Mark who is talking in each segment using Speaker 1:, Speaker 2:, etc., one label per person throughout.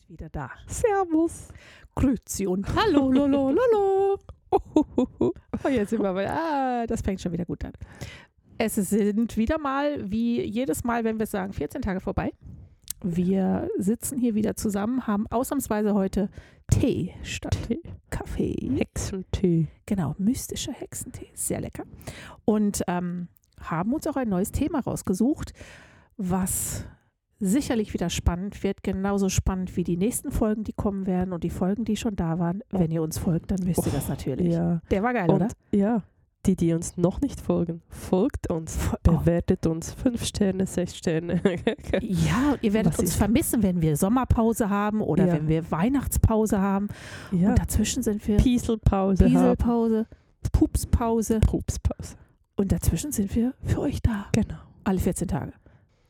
Speaker 1: ich wieder da. Servus. Grüezi und
Speaker 2: Hallo, lolo, lolo.
Speaker 1: Ohohoho. Oh, jetzt sind wir bei. Ah, das fängt schon wieder gut an. Es sind wieder mal, wie jedes Mal, wenn wir sagen, 14 Tage vorbei. Wir sitzen hier wieder zusammen, haben ausnahmsweise heute Tee statt Kaffee.
Speaker 2: Hexentee.
Speaker 1: Genau, mystischer Hexentee. Sehr lecker. Und ähm, haben uns auch ein neues Thema rausgesucht, was sicherlich wieder spannend wird. Genauso spannend wie die nächsten Folgen, die kommen werden und die Folgen, die schon da waren. Wenn ihr uns folgt, dann wisst ihr das natürlich.
Speaker 2: Oh, Ja.
Speaker 1: Der war geil,
Speaker 2: Und
Speaker 1: oder?
Speaker 2: ja, die, die uns noch nicht folgen, folgt uns, bewertet uns. Fünf Sterne, sechs Sterne.
Speaker 1: Ja, ihr werdet
Speaker 2: Was
Speaker 1: uns
Speaker 2: ist-
Speaker 1: vermissen, wenn wir Sommerpause haben oder
Speaker 2: Ja.
Speaker 1: wenn wir Weihnachtspause haben.
Speaker 2: ja.
Speaker 1: Und dazwischen sind wir
Speaker 2: Pieselpause. haben.
Speaker 1: Pieselpause, Pupspause
Speaker 2: Pupspause.
Speaker 1: und dazwischen sind wir für euch da.
Speaker 2: Genau.
Speaker 1: Alle 14 Tage.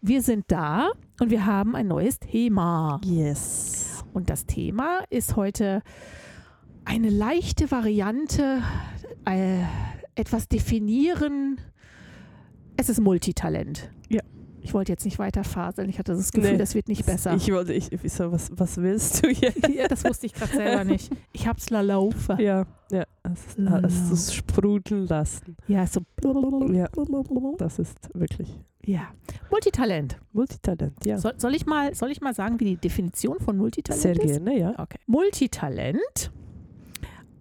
Speaker 1: Wir sind da und wir haben ein neues Thema.
Speaker 2: Yes.
Speaker 1: Und das Thema ist heute eine leichte Variante, äh, etwas definieren. Es ist Multitalent.
Speaker 2: Ja.
Speaker 1: Ich wollte jetzt nicht weiter faseln. Ich hatte das Gefühl,
Speaker 2: Nee.
Speaker 1: das wird nicht besser.
Speaker 2: Ich wollte, ich, wieso, was, was willst du jetzt?
Speaker 1: ja, das wusste ich gerade selber nicht. Ich hab's la laufe.
Speaker 2: Ja, ja. Es,
Speaker 1: Lala.
Speaker 2: es ist sprudeln lassen.
Speaker 1: Ja, so.
Speaker 2: Ja. Das ist wirklich
Speaker 1: Ja. Multitalent.
Speaker 2: Multitalent, ja.
Speaker 1: Soll, soll, ich mal, soll ich mal sagen, wie die Definition von Multitalent
Speaker 2: Sehr
Speaker 1: ist?
Speaker 2: gerne, ja.
Speaker 1: Okay. Multitalent.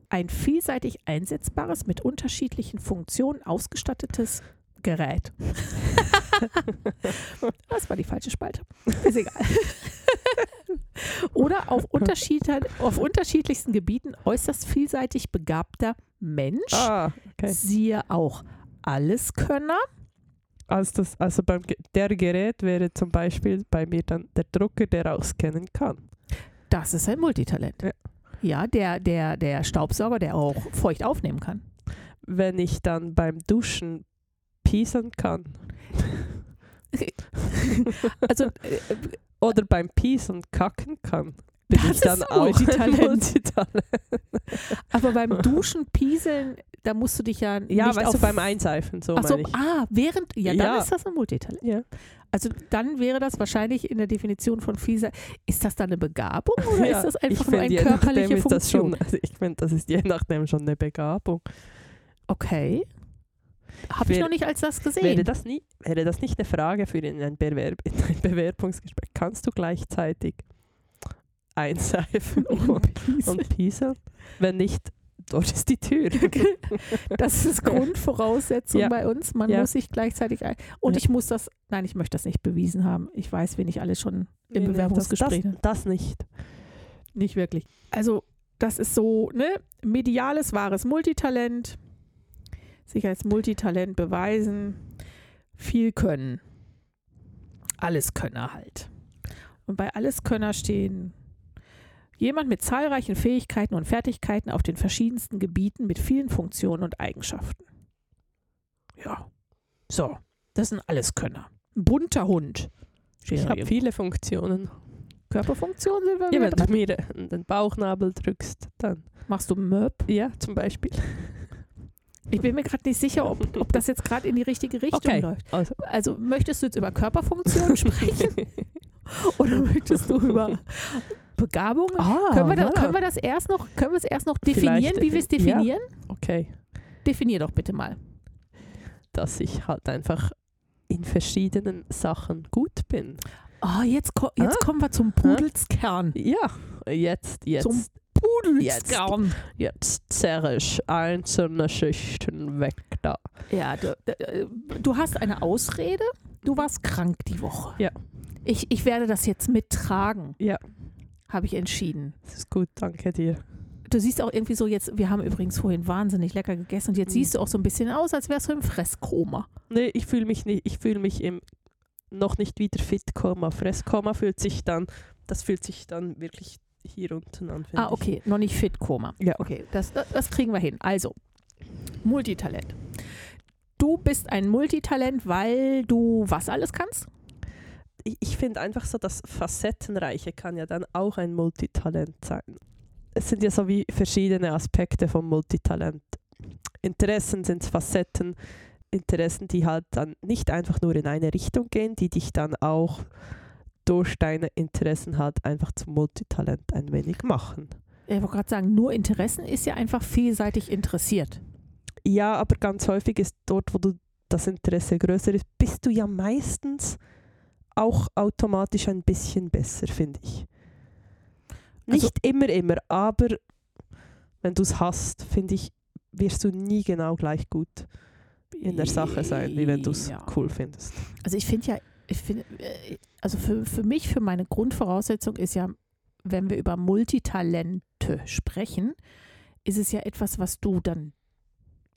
Speaker 1: Ein vielseitig einsetzbares, mit unterschiedlichen Funktionen ausgestattetes Gerät. das war die falsche Spalte. Ist egal. Oder auf, unterschiedli- auf unterschiedlichsten Gebieten äußerst vielseitig begabter Mensch.
Speaker 2: Ah, okay.
Speaker 1: Siehe auch Alleskönner.
Speaker 2: als das, also beim, Ge- der Gerät wäre zum Beispiel bei mir dann der Drucker, der auch scannen kann.
Speaker 1: Das ist ein Multitalent.
Speaker 2: Ja.
Speaker 1: Ja, der, der, der Staubsauger, der auch feucht aufnehmen kann.
Speaker 2: Wenn ich dann beim Duschen piesen kann.
Speaker 1: Also äh,
Speaker 2: Oder beim Piesen kacken kann. Bin
Speaker 1: Das
Speaker 2: ich dann
Speaker 1: ist
Speaker 2: auch ein
Speaker 1: Multitalent.
Speaker 2: Multitalent.
Speaker 1: Aber beim Duschen, Pieseln, da musst du dich ja
Speaker 2: Ja,
Speaker 1: nicht
Speaker 2: weißt
Speaker 1: auf,
Speaker 2: du, beim Einseifen, so
Speaker 1: Ach so,
Speaker 2: meine ich.
Speaker 1: ah, während, ja, dann
Speaker 2: Ja.
Speaker 1: ist das ein Multitalent.
Speaker 2: Ja.
Speaker 1: Also dann wäre das wahrscheinlich in der Definition von Fieser, ist das dann eine Begabung oder
Speaker 2: Ja,
Speaker 1: ist das
Speaker 2: ich
Speaker 1: einfach nur
Speaker 2: find,
Speaker 1: eine
Speaker 2: je nachdem
Speaker 1: körperliche
Speaker 2: ist
Speaker 1: Funktion?
Speaker 2: das schon, also ich finde, das ist je nachdem schon eine Begabung.
Speaker 1: okay. Habe ich
Speaker 2: Wäre-
Speaker 1: noch nicht als das
Speaker 2: Wäre
Speaker 1: gesehen.
Speaker 2: das, nie, wäre das nicht eine Frage für in ein, Bewerb, in ein Bewerbungsgespräch? Kannst du gleichzeitig einseifen und
Speaker 1: Pieseln.
Speaker 2: und Pisa? Wenn nicht, dort ist die Tür.
Speaker 1: das ist Grundvoraussetzung
Speaker 2: Ja.
Speaker 1: bei uns. Man
Speaker 2: Ja.
Speaker 1: muss sich gleichzeitig ein. Und
Speaker 2: Ja.
Speaker 1: ich muss das, nein, ich möchte das nicht bewiesen haben. Ich weiß, wen ich alles schon
Speaker 2: Nee, nee,
Speaker 1: Bewerbungsgespräch.
Speaker 2: Das, das, das nicht.
Speaker 1: Nicht wirklich. Also, das ist so, ne? Mediales, wahres Multitalent. Sich als Multitalent beweisen. Viel können. Alleskönner halt. Und bei Alleskönner stehen jemand mit zahlreichen Fähigkeiten und Fertigkeiten auf den verschiedensten Gebieten mit vielen Funktionen und Eigenschaften. Ja. So, das sind Alleskönner. Ein bunter Hund. Steht
Speaker 2: Ich
Speaker 1: noch
Speaker 2: habe
Speaker 1: irgendwo.
Speaker 2: viele Funktionen.
Speaker 1: Körperfunktion sind wir
Speaker 2: Ja,
Speaker 1: wieder
Speaker 2: wenn
Speaker 1: dran.
Speaker 2: du mir den Bauchnabel drückst, dann.
Speaker 1: Machst du Möb?
Speaker 2: Ja, zum Beispiel.
Speaker 1: Ich bin mir gerade nicht sicher, ob, ob das jetzt gerade in die richtige Richtung
Speaker 2: Okay.
Speaker 1: läuft.
Speaker 2: Also,
Speaker 1: Also möchtest du jetzt über Körperfunktionen sprechen oder möchtest du über Begabungen?
Speaker 2: ah,
Speaker 1: können, wir das,
Speaker 2: ja.
Speaker 1: können wir das erst noch, können wir es erst noch definieren,
Speaker 2: Vielleicht,
Speaker 1: wie wir es
Speaker 2: ja.
Speaker 1: definieren?
Speaker 2: Okay,
Speaker 1: Definier doch bitte mal.
Speaker 2: dass ich halt einfach in verschiedenen Sachen gut bin.
Speaker 1: Oh, jetzt, ko jetzt kommen wir zum Pudelskern.
Speaker 2: Ja, jetzt, jetzt.
Speaker 1: Zum Pudelskern.
Speaker 2: Jetzt zerre ich einzelne Schichten weg da.
Speaker 1: Ja, du, äh, du hast eine Ausrede. Du warst krank die Woche.
Speaker 2: Ja.
Speaker 1: Ich, ich werde das jetzt mittragen.
Speaker 2: Ja.
Speaker 1: Habe ich entschieden.
Speaker 2: Das ist gut, danke dir.
Speaker 1: Du siehst auch irgendwie so jetzt, wir haben übrigens vorhin wahnsinnig lecker gegessen und jetzt
Speaker 2: Mhm.
Speaker 1: siehst du auch so ein bisschen aus, als wärst du im Fresskoma.
Speaker 2: Nee, ich fühle mich nicht, ich fühle mich im noch nicht wieder fit, Komma, Fresskoma fühlt sich dann, das fühlt sich dann wirklich hier unten an. finde
Speaker 1: Ah, okay, noch nicht Fit-Koma.
Speaker 2: Ja.
Speaker 1: Okay, das, das, das kriegen wir hin. Also, Multitalent. Du bist ein Multitalent, weil du was alles kannst?
Speaker 2: Ich. Ich, ich finde einfach so, das Facettenreiche kann ja dann auch ein Multitalent sein. Es sind ja so wie verschiedene Aspekte vom Multitalent. Interessen sind Facetten, Interessen, die halt dann nicht einfach nur in eine Richtung gehen, die dich dann auch durch deine Interessen halt einfach zum Multitalent ein wenig machen.
Speaker 1: Ich wollte gerade sagen, nur Interessen ist ja einfach vielseitig interessiert.
Speaker 2: Ja, aber ganz häufig ist dort, wo du das Interesse größer ist, bist du ja meistens auch automatisch ein bisschen besser, finde ich. Nicht
Speaker 1: Also-
Speaker 2: immer, immer, aber wenn du es hast, finde ich, wirst du nie genau gleich gut in der Sache sein, wie wenn du es
Speaker 1: Ja.
Speaker 2: cool findest.
Speaker 1: Also ich finde ja, ich finde, äh, also für, für mich, für meine Grundvoraussetzung ist ja, wenn wir über Multitalente sprechen, ist es ja etwas, was du dann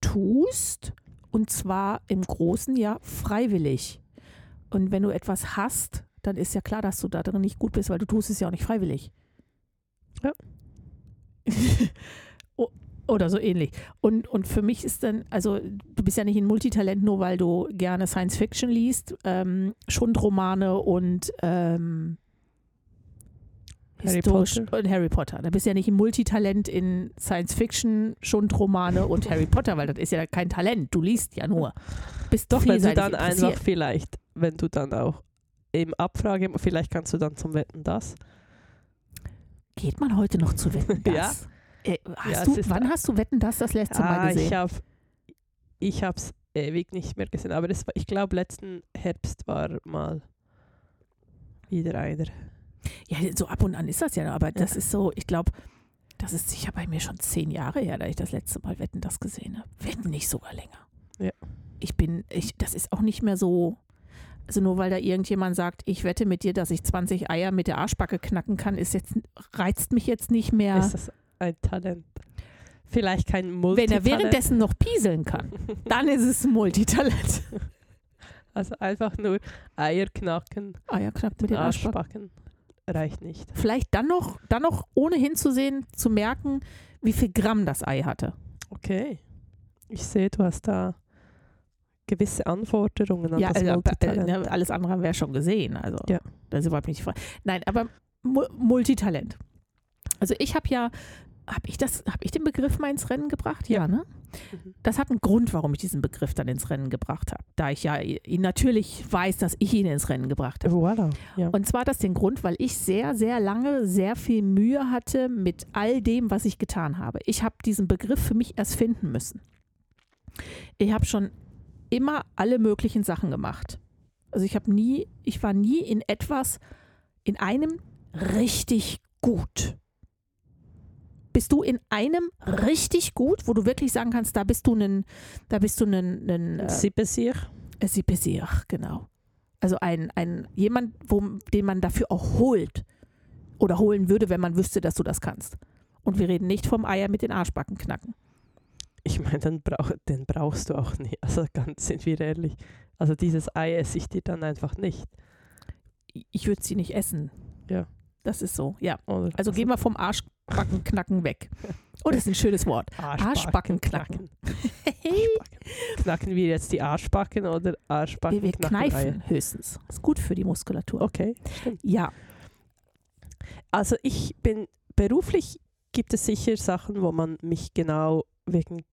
Speaker 1: tust und zwar im Großen ja freiwillig. Und wenn du etwas hast, dann ist ja klar, dass du da drin nicht gut bist, weil du tust es ja auch nicht freiwillig.
Speaker 2: Ja.
Speaker 1: O- Oder so ähnlich. Und, und für mich ist dann, also du bist ja nicht ein Multitalent, nur weil du gerne Science Fiction liest, ähm, Schundromane und ähm,
Speaker 2: Harry
Speaker 1: historisch-
Speaker 2: Potter.
Speaker 1: und Harry Potter. Da bist du ja nicht ein Multitalent in Science Fiction, Schundromane und Harry Potter, weil das ist ja kein Talent. Du liest ja nur. Bist
Speaker 2: Doch, wenn du
Speaker 1: vielseitig
Speaker 2: dann
Speaker 1: interessiert.
Speaker 2: einfach vielleicht, wenn du dann auch eben Abfrage, vielleicht kannst du dann zum Wetten das.
Speaker 1: Geht man heute noch zu Wetten
Speaker 2: Ja.
Speaker 1: das? Äh, hast
Speaker 2: Ja, es
Speaker 1: du,
Speaker 2: ist-
Speaker 1: wann hast du Wetten das das letzte Mal
Speaker 2: Ah, ich
Speaker 1: gesehen?
Speaker 2: habe ich hab's ewig nicht mehr gesehen, aber es war, ich glaube letzten Herbst war mal wieder einer.
Speaker 1: Ja, so ab und an ist das ja, aber das ist so, ich glaube, das ist sicher bei mir schon zehn Jahre her, da ich das letzte Mal Wetten das gesehen habe. Wetten nicht sogar länger.
Speaker 2: Ja.
Speaker 1: Ich bin, ich, das ist auch nicht mehr so. Also nur weil da irgendjemand sagt, ich wette mit dir, dass ich 20 Eier mit der Arschbacke knacken kann, ist jetzt, reizt mich jetzt nicht mehr,
Speaker 2: Ist das ein Talent? Vielleicht kein
Speaker 1: wenn er
Speaker 2: Multitalent.
Speaker 1: währenddessen noch pieseln kann. Dann ist es ein Multitalent.
Speaker 2: also einfach nur Eier knacken,
Speaker 1: Eier knackt mit
Speaker 2: den
Speaker 1: der
Speaker 2: Arsch
Speaker 1: Arschbacke.
Speaker 2: backen. Reicht nicht.
Speaker 1: vielleicht dann noch, dann noch ohne hinzusehen, zu merken, wie viel Gramm das Ei hatte.
Speaker 2: Okay. Ich sehe, du hast da gewisse Anforderungen an
Speaker 1: ja,
Speaker 2: das
Speaker 1: äh,
Speaker 2: Multitalent.
Speaker 1: äh, ne, alles andere haben wir ja schon gesehen. Also,
Speaker 2: Ja.
Speaker 1: das ist überhaupt nicht die Frage. Nein, aber Mu Multitalent. Also, ich habe ja, habe ich, das- hab ich den Begriff mal ins Rennen gebracht? Ja,
Speaker 2: Ja.
Speaker 1: ne?
Speaker 2: Mhm.
Speaker 1: Das hat einen Grund, warum ich diesen Begriff dann ins Rennen gebracht habe. Da ich ja ihn natürlich weiß, dass ich ihn ins Rennen gebracht habe.
Speaker 2: Voilà. Ja.
Speaker 1: Und zwar hat das den Grund, weil ich sehr, sehr lange sehr viel Mühe hatte mit all dem, was ich getan habe. Ich habe diesen Begriff für mich erst finden müssen. Ich habe schon immer alle möglichen Sachen gemacht. Also ich habe nie, ich war nie in etwas, in einem richtig gut. Bist du in einem richtig gut, wo du wirklich sagen kannst, da bist du ein, da bist du ein, ein äh,
Speaker 2: Siebesier.
Speaker 1: CPC, ach genau. Also ein, ein jemand, wo, den man dafür auch holt oder holen würde, wenn man wüsste, dass du das kannst. Und wir reden nicht vom Eier mit den Arschbacken knacken.
Speaker 2: Ich meine, dann brauch, den brauchst du auch nicht. Also ganz sind wir ehrlich. Also dieses Ei esse ich dir dann einfach nicht.
Speaker 1: Ich würde sie nicht essen.
Speaker 2: Ja.
Speaker 1: Das ist so, ja.
Speaker 2: Oder?
Speaker 1: Also gehen wir vom Arschbacken knacken weg. Oh, das ist ein schönes Wort. Arschbacken knacken.
Speaker 2: Arschbacken. Knacken wir jetzt die Arschbacken oder
Speaker 1: wir
Speaker 2: Arschbacken
Speaker 1: wir
Speaker 2: knacken Eier?
Speaker 1: kneifen höchstens. Ist gut für die Muskulatur.
Speaker 2: Okay.
Speaker 1: Ja,
Speaker 2: Also ich bin beruflich gibt es sicher Sachen, wo man mich genau wegen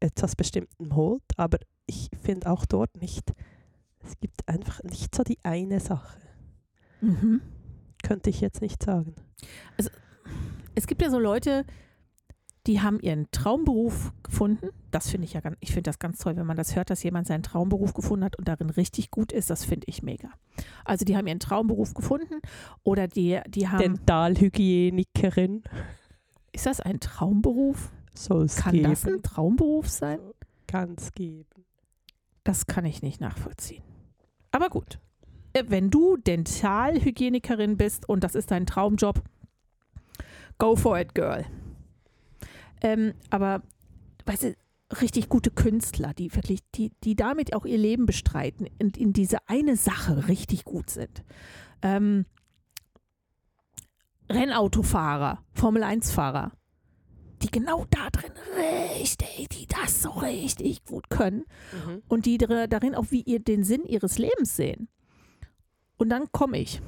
Speaker 2: etwas Bestimmtem holt, aber ich finde auch dort nicht. Es gibt einfach nicht so die eine Sache.
Speaker 1: mhm.
Speaker 2: Könnte ich jetzt nicht sagen.
Speaker 1: es gibt ja so Leute, die haben ihren Traumberuf gefunden. Das finde ich ja ganz, ich finde das ganz toll, wenn man das hört, dass jemand seinen Traumberuf gefunden hat und darin richtig gut ist. Das finde ich mega. Also die haben ihren Traumberuf gefunden oder die, die haben.
Speaker 2: Dentalhygienikerin
Speaker 1: ist das ein Traumberuf?
Speaker 2: soll es
Speaker 1: Kann
Speaker 2: geben.
Speaker 1: das ein Traumberuf sein?
Speaker 2: Kann es geben.
Speaker 1: Das kann ich nicht nachvollziehen. Aber gut. Äh, Wenn du Dentalhygienikerin bist und das ist dein Traumjob, go for it, girl. Ähm, aber, weißt du, richtig gute Künstler, die wirklich, die, die damit auch ihr Leben bestreiten und in diese eine Sache richtig gut sind. Ähm, Rennautofahrer, Formel-1-Fahrer, die genau da drin richtig, die das so richtig gut können und die dr- darin auch wie ihr den Sinn ihres Lebens sehen. Und dann komme ich.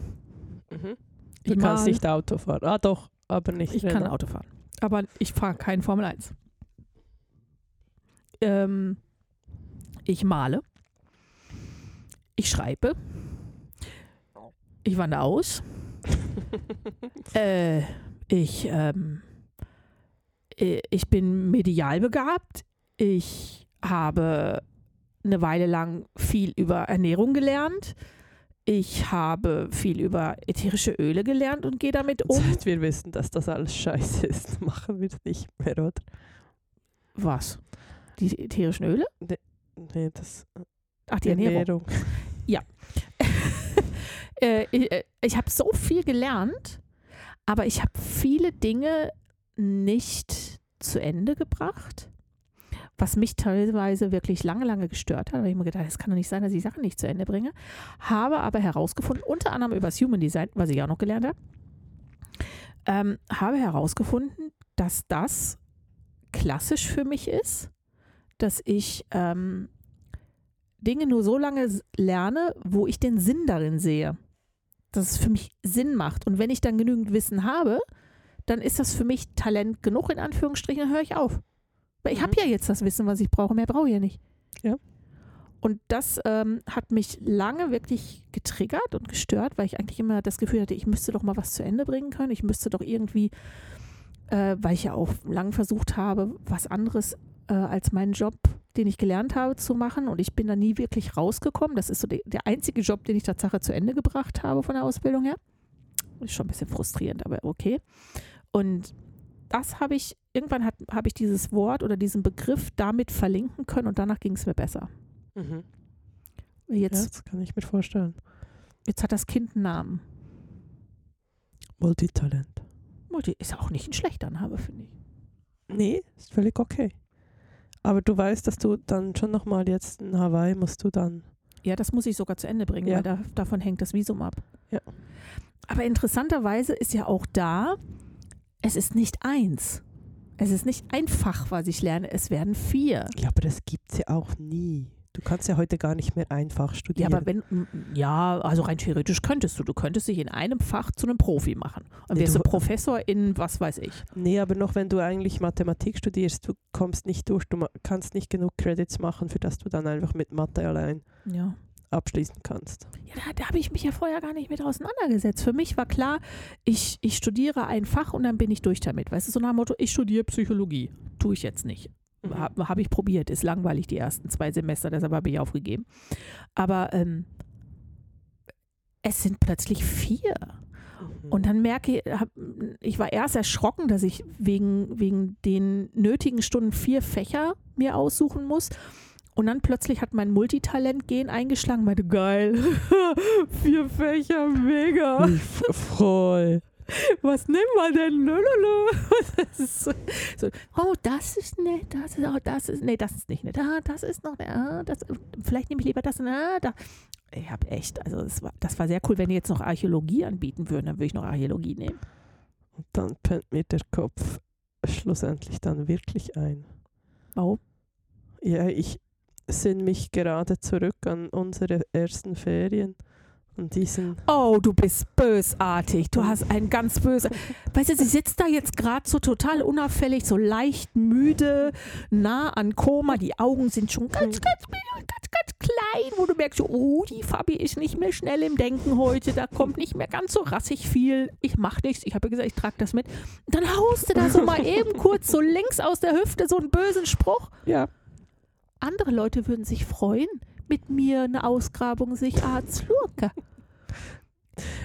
Speaker 2: Du
Speaker 1: Mal-
Speaker 2: kannst nicht Auto fahren. Ah doch, aber nicht.
Speaker 1: Ich kann
Speaker 2: Auto.
Speaker 1: Auto fahren. Aber ich fahre kein Formel 1. Ähm, ich male. Ich schreibe. Ich wandere aus. äh, ich, ähm, äh, ich bin medial begabt. Ich habe eine Weile lang viel über Ernährung gelernt. Ich habe viel über ätherische Öle gelernt und gehe damit um.
Speaker 2: Seit wir wissen, dass das alles scheiße ist, machen wir es nicht mehr, oder?
Speaker 1: Was? Die ätherischen Öle?
Speaker 2: Nee, das äh,
Speaker 1: Ach, die Ernährung. äh, ich äh, ich habe so viel gelernt, aber ich habe viele Dinge nicht zu Ende gebracht, was mich teilweise wirklich lange, lange gestört hat. Da habe ich mir gedacht, es kann doch nicht sein, dass ich Sachen nicht zu Ende bringe. Habe aber herausgefunden, unter anderem über das Human Design, was ich auch noch gelernt habe, ähm, habe herausgefunden, dass das klassisch für mich ist, dass ich ähm, Dinge nur so lange s- lerne, wo ich den Sinn darin sehe. Dass es für mich Sinn macht. Und wenn ich dann genügend Wissen habe, dann ist das für mich Talent genug, in Anführungsstrichen, dann höre ich auf. Weil ich
Speaker 2: Mhm.
Speaker 1: habe ja jetzt das Wissen, was ich brauche, mehr brauche ich ja nicht.
Speaker 2: Ja.
Speaker 1: Und das ähm, hat mich lange wirklich getriggert und gestört, weil ich eigentlich immer das Gefühl hatte, ich müsste doch mal was zu Ende bringen können. Ich müsste doch irgendwie, äh, weil ich ja auch lange versucht habe, was anderes äh, als meinen Job, den ich gelernt habe, zu machen. Und ich bin da nie wirklich rausgekommen. Das ist so de der einzige Job, den ich Tatsache zu Ende gebracht habe von der Ausbildung her. Ist schon ein bisschen frustrierend, aber okay. Und das habe ich, irgendwann hat- habe ich dieses Wort oder diesen Begriff damit verlinken können und danach ging es mir besser.
Speaker 2: Mhm. Ja,
Speaker 1: Jetzt,
Speaker 2: das kann ich mir vorstellen.
Speaker 1: jetzt hat das Kind einen Namen.
Speaker 2: Multitalent.
Speaker 1: Multi ist auch nicht ein schlechter Name, finde ich.
Speaker 2: Nee, ist völlig okay. Aber du weißt, dass du dann schon nochmal jetzt in Hawaii musst du dann.
Speaker 1: Ja, das muss ich sogar zu Ende bringen,
Speaker 2: Ja.
Speaker 1: weil da, davon hängt das Visum ab.
Speaker 2: Ja.
Speaker 1: Aber interessanterweise ist ja auch da, es ist nicht eins. Es ist nicht ein Fach, was ich lerne, es werden vier.
Speaker 2: Ja, aber das gibt es ja auch nie. Du kannst ja heute gar nicht mehr einfach
Speaker 1: Ja,
Speaker 2: studieren.
Speaker 1: aber wenn, m- ja, also rein theoretisch könntest du. Du könntest dich in einem Fach zu einem Profi machen. Und
Speaker 2: Nee,
Speaker 1: wärst du
Speaker 2: du-
Speaker 1: Professor in was weiß ich.
Speaker 2: nee, aber noch wenn du eigentlich Mathematik studierst, du kommst nicht durch, du ma- kannst nicht genug Credits machen, für das du dann einfach mit Mathe allein
Speaker 1: Ja.
Speaker 2: abschließen kannst.
Speaker 1: Ja, da, da habe ich mich ja vorher gar nicht mit auseinandergesetzt. Für mich war klar, ich, ich studiere ein Fach und dann bin ich durch damit. Weißt du, so nach dem Motto, ich studiere Psychologie. Tue ich jetzt nicht.
Speaker 2: Mhm.
Speaker 1: Habe hab ich probiert. Ist langweilig die ersten zwei Semester, deshalb habe ich aufgegeben. Aber ähm, es sind plötzlich vier.
Speaker 2: Mhm.
Speaker 1: Und dann merke ich, hab, ich war erst erschrocken, dass ich wegen, wegen den nötigen Stunden vier Fächer mir aussuchen muss. Und dann plötzlich hat mein Multitalent-Gen eingeschlagen, meinte, geil, vier Fächer, mega.
Speaker 2: Ich f- voll.
Speaker 1: Was nehmen wir denn? Lululu. Das ist so, so, oh, das ist nett, das ist, oh, das ist, nee, das ist nicht nett. Ah, das ist noch nett. Ah, das, vielleicht nehme ich lieber das. Ah, da. Ich habe echt, also das war, das war sehr cool, wenn die jetzt noch Archäologie anbieten würden, dann würde ich noch Archäologie nehmen.
Speaker 2: Und dann pennt mir der Kopf schlussendlich dann wirklich ein.
Speaker 1: Warum?
Speaker 2: Ja, ich sinne mich gerade zurück an unsere ersten Ferien und diesen.
Speaker 1: Oh, du bist bösartig. Du hast ein ganz böse. Weißt du, sie sitzt da jetzt gerade so total unauffällig, so leicht müde, nah an Koma. Die Augen sind schon ganz, ganz müde und ganz, ganz klein, wo du merkst, oh, die Fabi ist nicht mehr schnell im Denken heute. Da kommt nicht mehr ganz so rassig viel. Ich mach nichts. Ich habe ja gesagt, ich trage das mit. Dann haust du da so mal eben kurz so links aus der Hüfte so einen bösen Spruch.
Speaker 2: Ja.
Speaker 1: Andere Leute würden sich freuen, mit mir eine Ausgrabung sich Arzt Lurke.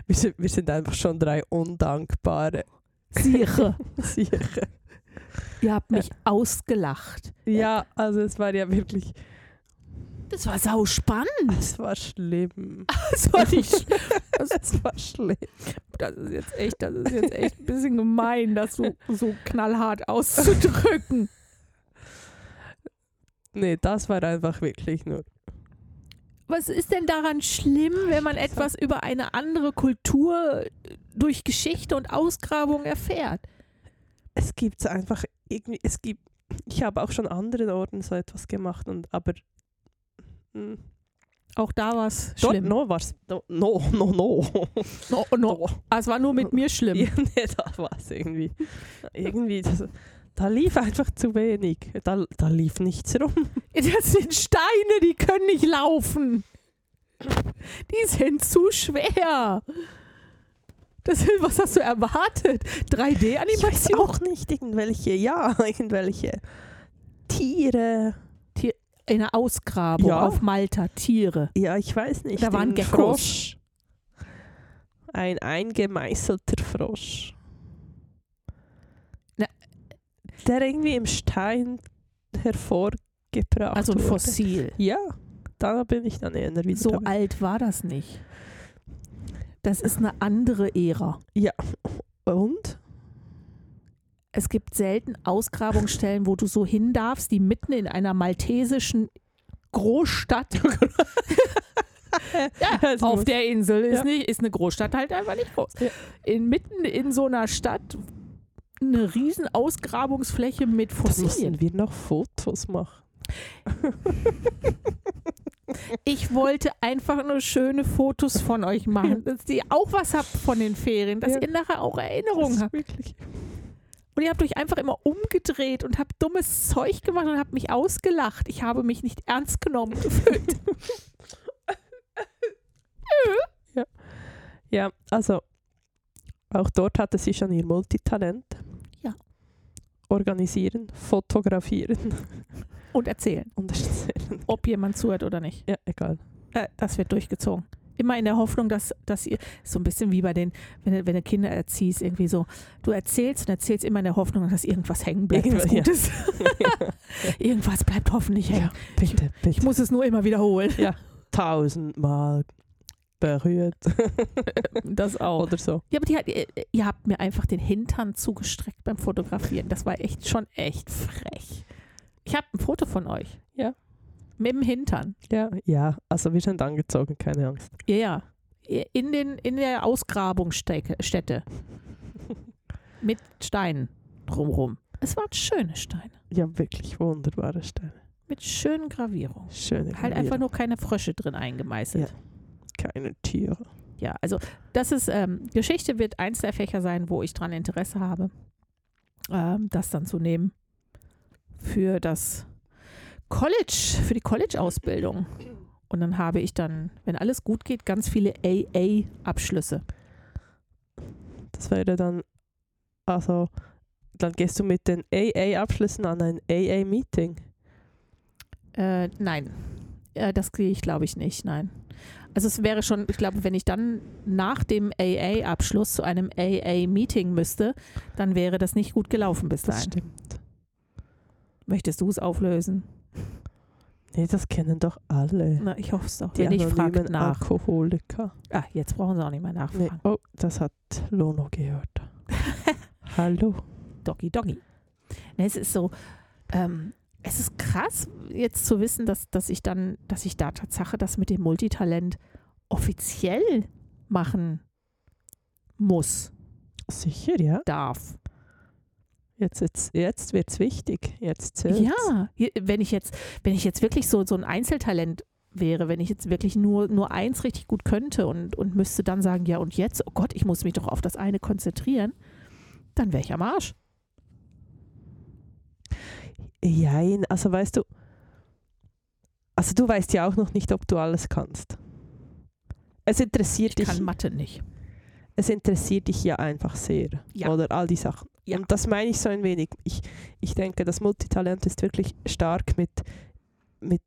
Speaker 2: Wir sind, wir sind einfach schon drei undankbare
Speaker 1: Sire.
Speaker 2: Sicher.
Speaker 1: Ihr habt mich ausgelacht.
Speaker 2: Ja, also es war ja wirklich.
Speaker 1: Das war sauspannend.
Speaker 2: Es war schlimm.
Speaker 1: Das war nicht
Speaker 2: Es war schlimm.
Speaker 1: Das ist jetzt echt, das ist jetzt echt ein bisschen gemein, das so, so knallhart auszudrücken.
Speaker 2: Nee, das war einfach wirklich nur.
Speaker 1: Was ist denn daran schlimm, wenn man etwas über eine andere Kultur äh, durch Geschichte und Ausgrabung erfährt?
Speaker 2: Es gibt einfach irgendwie. Es gibt. Ich habe auch schon anderen Orten so etwas gemacht und aber. mm,
Speaker 1: Auch da war es
Speaker 2: Dort
Speaker 1: schlimm.
Speaker 2: noch war's. No, no, no. no.
Speaker 1: No,
Speaker 2: Dort.
Speaker 1: Ah, Es war nur mit mir schlimm.
Speaker 2: Ja, nee, da war es irgendwie. Irgendwie, das, da lief einfach zu wenig. Da, da lief nichts rum.
Speaker 1: Das sind Steine, die können nicht laufen. Die sind zu schwer. Das, was hast du erwartet? 3D-Animation?
Speaker 2: auch nicht irgendwelche, ja, irgendwelche Tiere.
Speaker 1: In einer Ausgrabung
Speaker 2: Ja.
Speaker 1: auf Malta, Tiere.
Speaker 2: Ja, ich weiß nicht.
Speaker 1: Da waren
Speaker 2: ein
Speaker 1: Geckos.
Speaker 2: Frosch. Ein eingemeißelter Frosch.
Speaker 1: Na-
Speaker 2: Der irgendwie im Stein hervorgebracht
Speaker 1: Also ein
Speaker 2: wurde.
Speaker 1: Fossil.
Speaker 2: Ja, da bin ich dann eher wieder
Speaker 1: So
Speaker 2: dabei.
Speaker 1: alt war das nicht. Das ist eine andere Ära.
Speaker 2: Und?
Speaker 1: Es gibt selten Ausgrabungsstellen, wo du so hin darfst, die mitten in einer maltesischen Großstadt
Speaker 2: Oh
Speaker 1: ja,
Speaker 2: ist
Speaker 1: auf
Speaker 2: gut.
Speaker 1: der Insel ist,
Speaker 2: Ja.
Speaker 1: nicht, ist eine Großstadt halt einfach nicht groß.
Speaker 2: Ja.
Speaker 1: Inmitten in so einer Stadt eine riesen Ausgrabungsfläche mit
Speaker 2: Das müssen
Speaker 1: Fossilien.
Speaker 2: wir noch Fotos machen.
Speaker 1: Ich wollte einfach nur schöne Fotos von euch machen, dass ihr auch was habt von den Ferien, dass
Speaker 2: Ja.
Speaker 1: ihr nachher auch
Speaker 2: Das
Speaker 1: Erinnerungen
Speaker 2: ist
Speaker 1: habt.
Speaker 2: wirklich.
Speaker 1: Und ihr habt euch einfach immer umgedreht und habt dummes Zeug gemacht und habt mich ausgelacht. Ich habe mich nicht ernst genommen gefühlt.
Speaker 2: Ja, also auch dort hatte sie schon ihr Multitalent.
Speaker 1: Ja.
Speaker 2: Organisieren, fotografieren
Speaker 1: Und erzählen,
Speaker 2: und erzählen.
Speaker 1: ob jemand zuhört oder nicht.
Speaker 2: Ja, egal.
Speaker 1: Äh, das wird durchgezogen. Immer in der Hoffnung, dass, dass ihr, so ein bisschen wie bei den, wenn du, wenn du Kinder erziehst, irgendwie so, du erzählst und erzählst immer in der Hoffnung, dass irgendwas hängen bleibt, was
Speaker 2: Irgendwas,
Speaker 1: Gutes. Irgendwas bleibt hoffentlich hängen.
Speaker 2: bitte, bitte.
Speaker 1: Ich muss es nur immer wiederholen.
Speaker 2: tausendmal berührt
Speaker 1: Das auch.
Speaker 2: oder so.
Speaker 1: Ja, aber die hat, ihr, ihr habt mir einfach den Hintern zugestreckt beim Fotografieren. Das war echt schon echt frech. Ich habe ein Foto von euch.
Speaker 2: Ja.
Speaker 1: Mit dem Hintern.
Speaker 2: Ja, ja, also wir sind angezogen, keine Angst.
Speaker 1: Ja, ja. Äh, In, den, in der Ausgrabungsstätte. Mit Steinen drumherum. Es waren schöne Steine.
Speaker 2: Ja, wirklich wunderbare Stelle.
Speaker 1: Mit schönen Gravierungen.
Speaker 2: Schöne
Speaker 1: Halt
Speaker 2: Gemälde.
Speaker 1: einfach nur keine Frösche drin eingemeißelt.
Speaker 2: keine Tiere.
Speaker 1: ja, also das ist, ähm, Geschichte wird eins der Fächer sein, wo ich dran Interesse habe, ähm, das dann zu nehmen für das College, für die College-Ausbildung. Und dann habe ich dann, wenn alles gut geht, ganz viele AA-Abschlüsse.
Speaker 2: Das wäre dann, also, dann gehst du mit den AA-Abschlüssen an ein AA-Meeting.
Speaker 1: Äh, nein, äh, das kriege ich, glaube ich, nicht. Nein. Also es wäre schon, ich glaube, wenn ich dann nach dem AA-Abschluss zu einem AA-Meeting müsste, dann wäre das nicht gut gelaufen bis
Speaker 2: Das
Speaker 1: dahin.
Speaker 2: stimmt.
Speaker 1: Möchtest du es auflösen?
Speaker 2: Nee, das kennen doch alle.
Speaker 1: Na, ich hoffe es doch.
Speaker 2: Die
Speaker 1: Wenn nicht, fragt
Speaker 2: anonymen
Speaker 1: nach.
Speaker 2: Alkoholiker.
Speaker 1: Ah, jetzt brauchen sie auch nicht mehr
Speaker 2: Nee.
Speaker 1: nachfragen.
Speaker 2: Oh, das hat Lono gehört. Hallo.
Speaker 1: Doggy Doggy. Nee, es ist so, ähm, es ist krass, jetzt zu wissen, dass, dass ich dann, dass ich da Tatsache das mit dem Multitalent offiziell machen muss,
Speaker 2: Sicher, ja.
Speaker 1: darf.
Speaker 2: Jetzt, jetzt, jetzt wird es wichtig. Jetzt zählt's.
Speaker 1: Ja, je- wenn ich Ne? jetzt, wenn ich jetzt wirklich so, so ein Einzeltalent wäre, wenn ich jetzt wirklich nur, nur eins richtig gut könnte und, und müsste dann sagen, ja und jetzt, oh Gott, ich muss mich doch auf das eine konzentrieren, dann wäre ich am Arsch.
Speaker 2: Jein, also weißt du, also du weißt ja auch noch nicht, ob du alles kannst. Es interessiert
Speaker 1: Ich
Speaker 2: dich,
Speaker 1: kann Mathe nicht.
Speaker 2: es interessiert dich ja einfach sehr.
Speaker 1: Ja.
Speaker 2: Oder all die Sachen.
Speaker 1: Ja.
Speaker 2: Und das meine ich so ein wenig. Ich, ich denke, das Multitalent ist wirklich stark mit, mit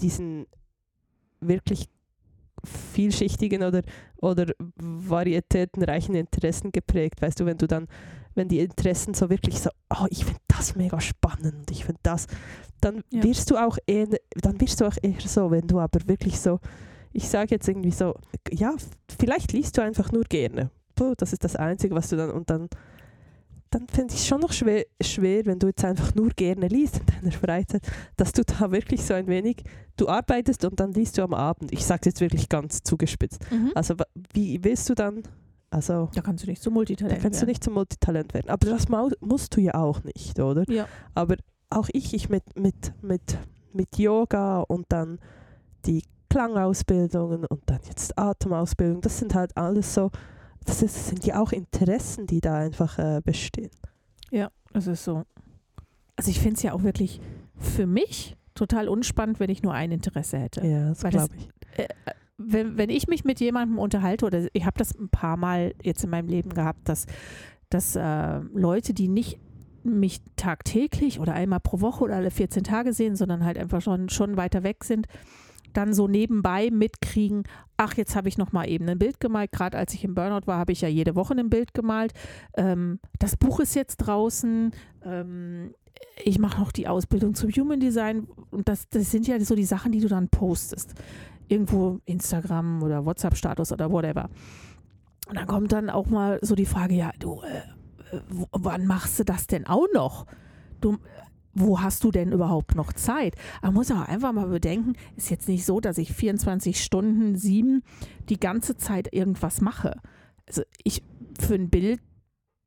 Speaker 2: diesen wirklich vielschichtigen oder, oder varietätenreichen Interessen geprägt. Weißt du, wenn du dann, wenn die Interessen so wirklich so, oh, ich finde das mega spannend und ich finde das, dann
Speaker 1: Ja.
Speaker 2: wirst du auch eher, dann wirst du auch eher so, wenn du aber wirklich so, ich sage jetzt irgendwie so, ja, vielleicht liest du einfach nur gerne. Puh, das ist das Einzige, was du dann und dann dann finde ich es schon noch schwer, schwer, wenn du jetzt einfach nur gerne liest in deiner Freizeit, dass du da wirklich so ein wenig, du arbeitest und dann liest du am Abend. Ich sage jetzt wirklich ganz zugespitzt.
Speaker 1: Mhm.
Speaker 2: Also wa- wie willst du dann, also
Speaker 1: Da kannst du nicht zum
Speaker 2: da
Speaker 1: Multitalent
Speaker 2: kannst du nicht zum Multitalent werden. Aber das mau- musst du ja auch nicht, oder?
Speaker 1: Ja.
Speaker 2: Aber auch ich, ich mit, mit, mit, mit Yoga und dann die Klangausbildungen und dann jetzt Atemausbildung, das sind halt alles so, das ist, das sind ja auch Interessen, die da einfach äh, bestehen.
Speaker 1: Ja, das ist so. Also ich finde es ja auch wirklich für mich total unspannend, wenn ich nur ein Interesse hätte.
Speaker 2: Ja, das
Speaker 1: Weil das-
Speaker 2: glaube ich.
Speaker 1: Äh, wenn, wenn ich mich mit jemandem unterhalte, oder ich habe das ein paar Mal jetzt in meinem Leben gehabt, dass, dass äh, Leute, die nicht mich tagtäglich oder einmal pro Woche oder alle 14 Tage sehen, sondern halt einfach schon, schon weiter weg sind, dann so nebenbei mitkriegen, ach, jetzt habe ich noch mal eben ein Bild gemalt. Gerade als ich im Burnout war, habe ich ja jede Woche ein Bild gemalt. Ähm, das Buch ist jetzt draußen. Ähm, ich mache noch die Ausbildung zum Human Design. Und das, das sind ja so die Sachen, die du dann postest. Irgendwo Instagram oder WhatsApp-Status oder whatever. Und dann kommt dann auch mal so die Frage, ja, du, äh, w- wann machst du das denn auch noch? Du, äh, wo hast du denn überhaupt noch Zeit? Man muss auch einfach mal bedenken, ist jetzt nicht so, dass ich 24 Stunden, sieben die ganze Zeit irgendwas mache. Also ich für ein Bild,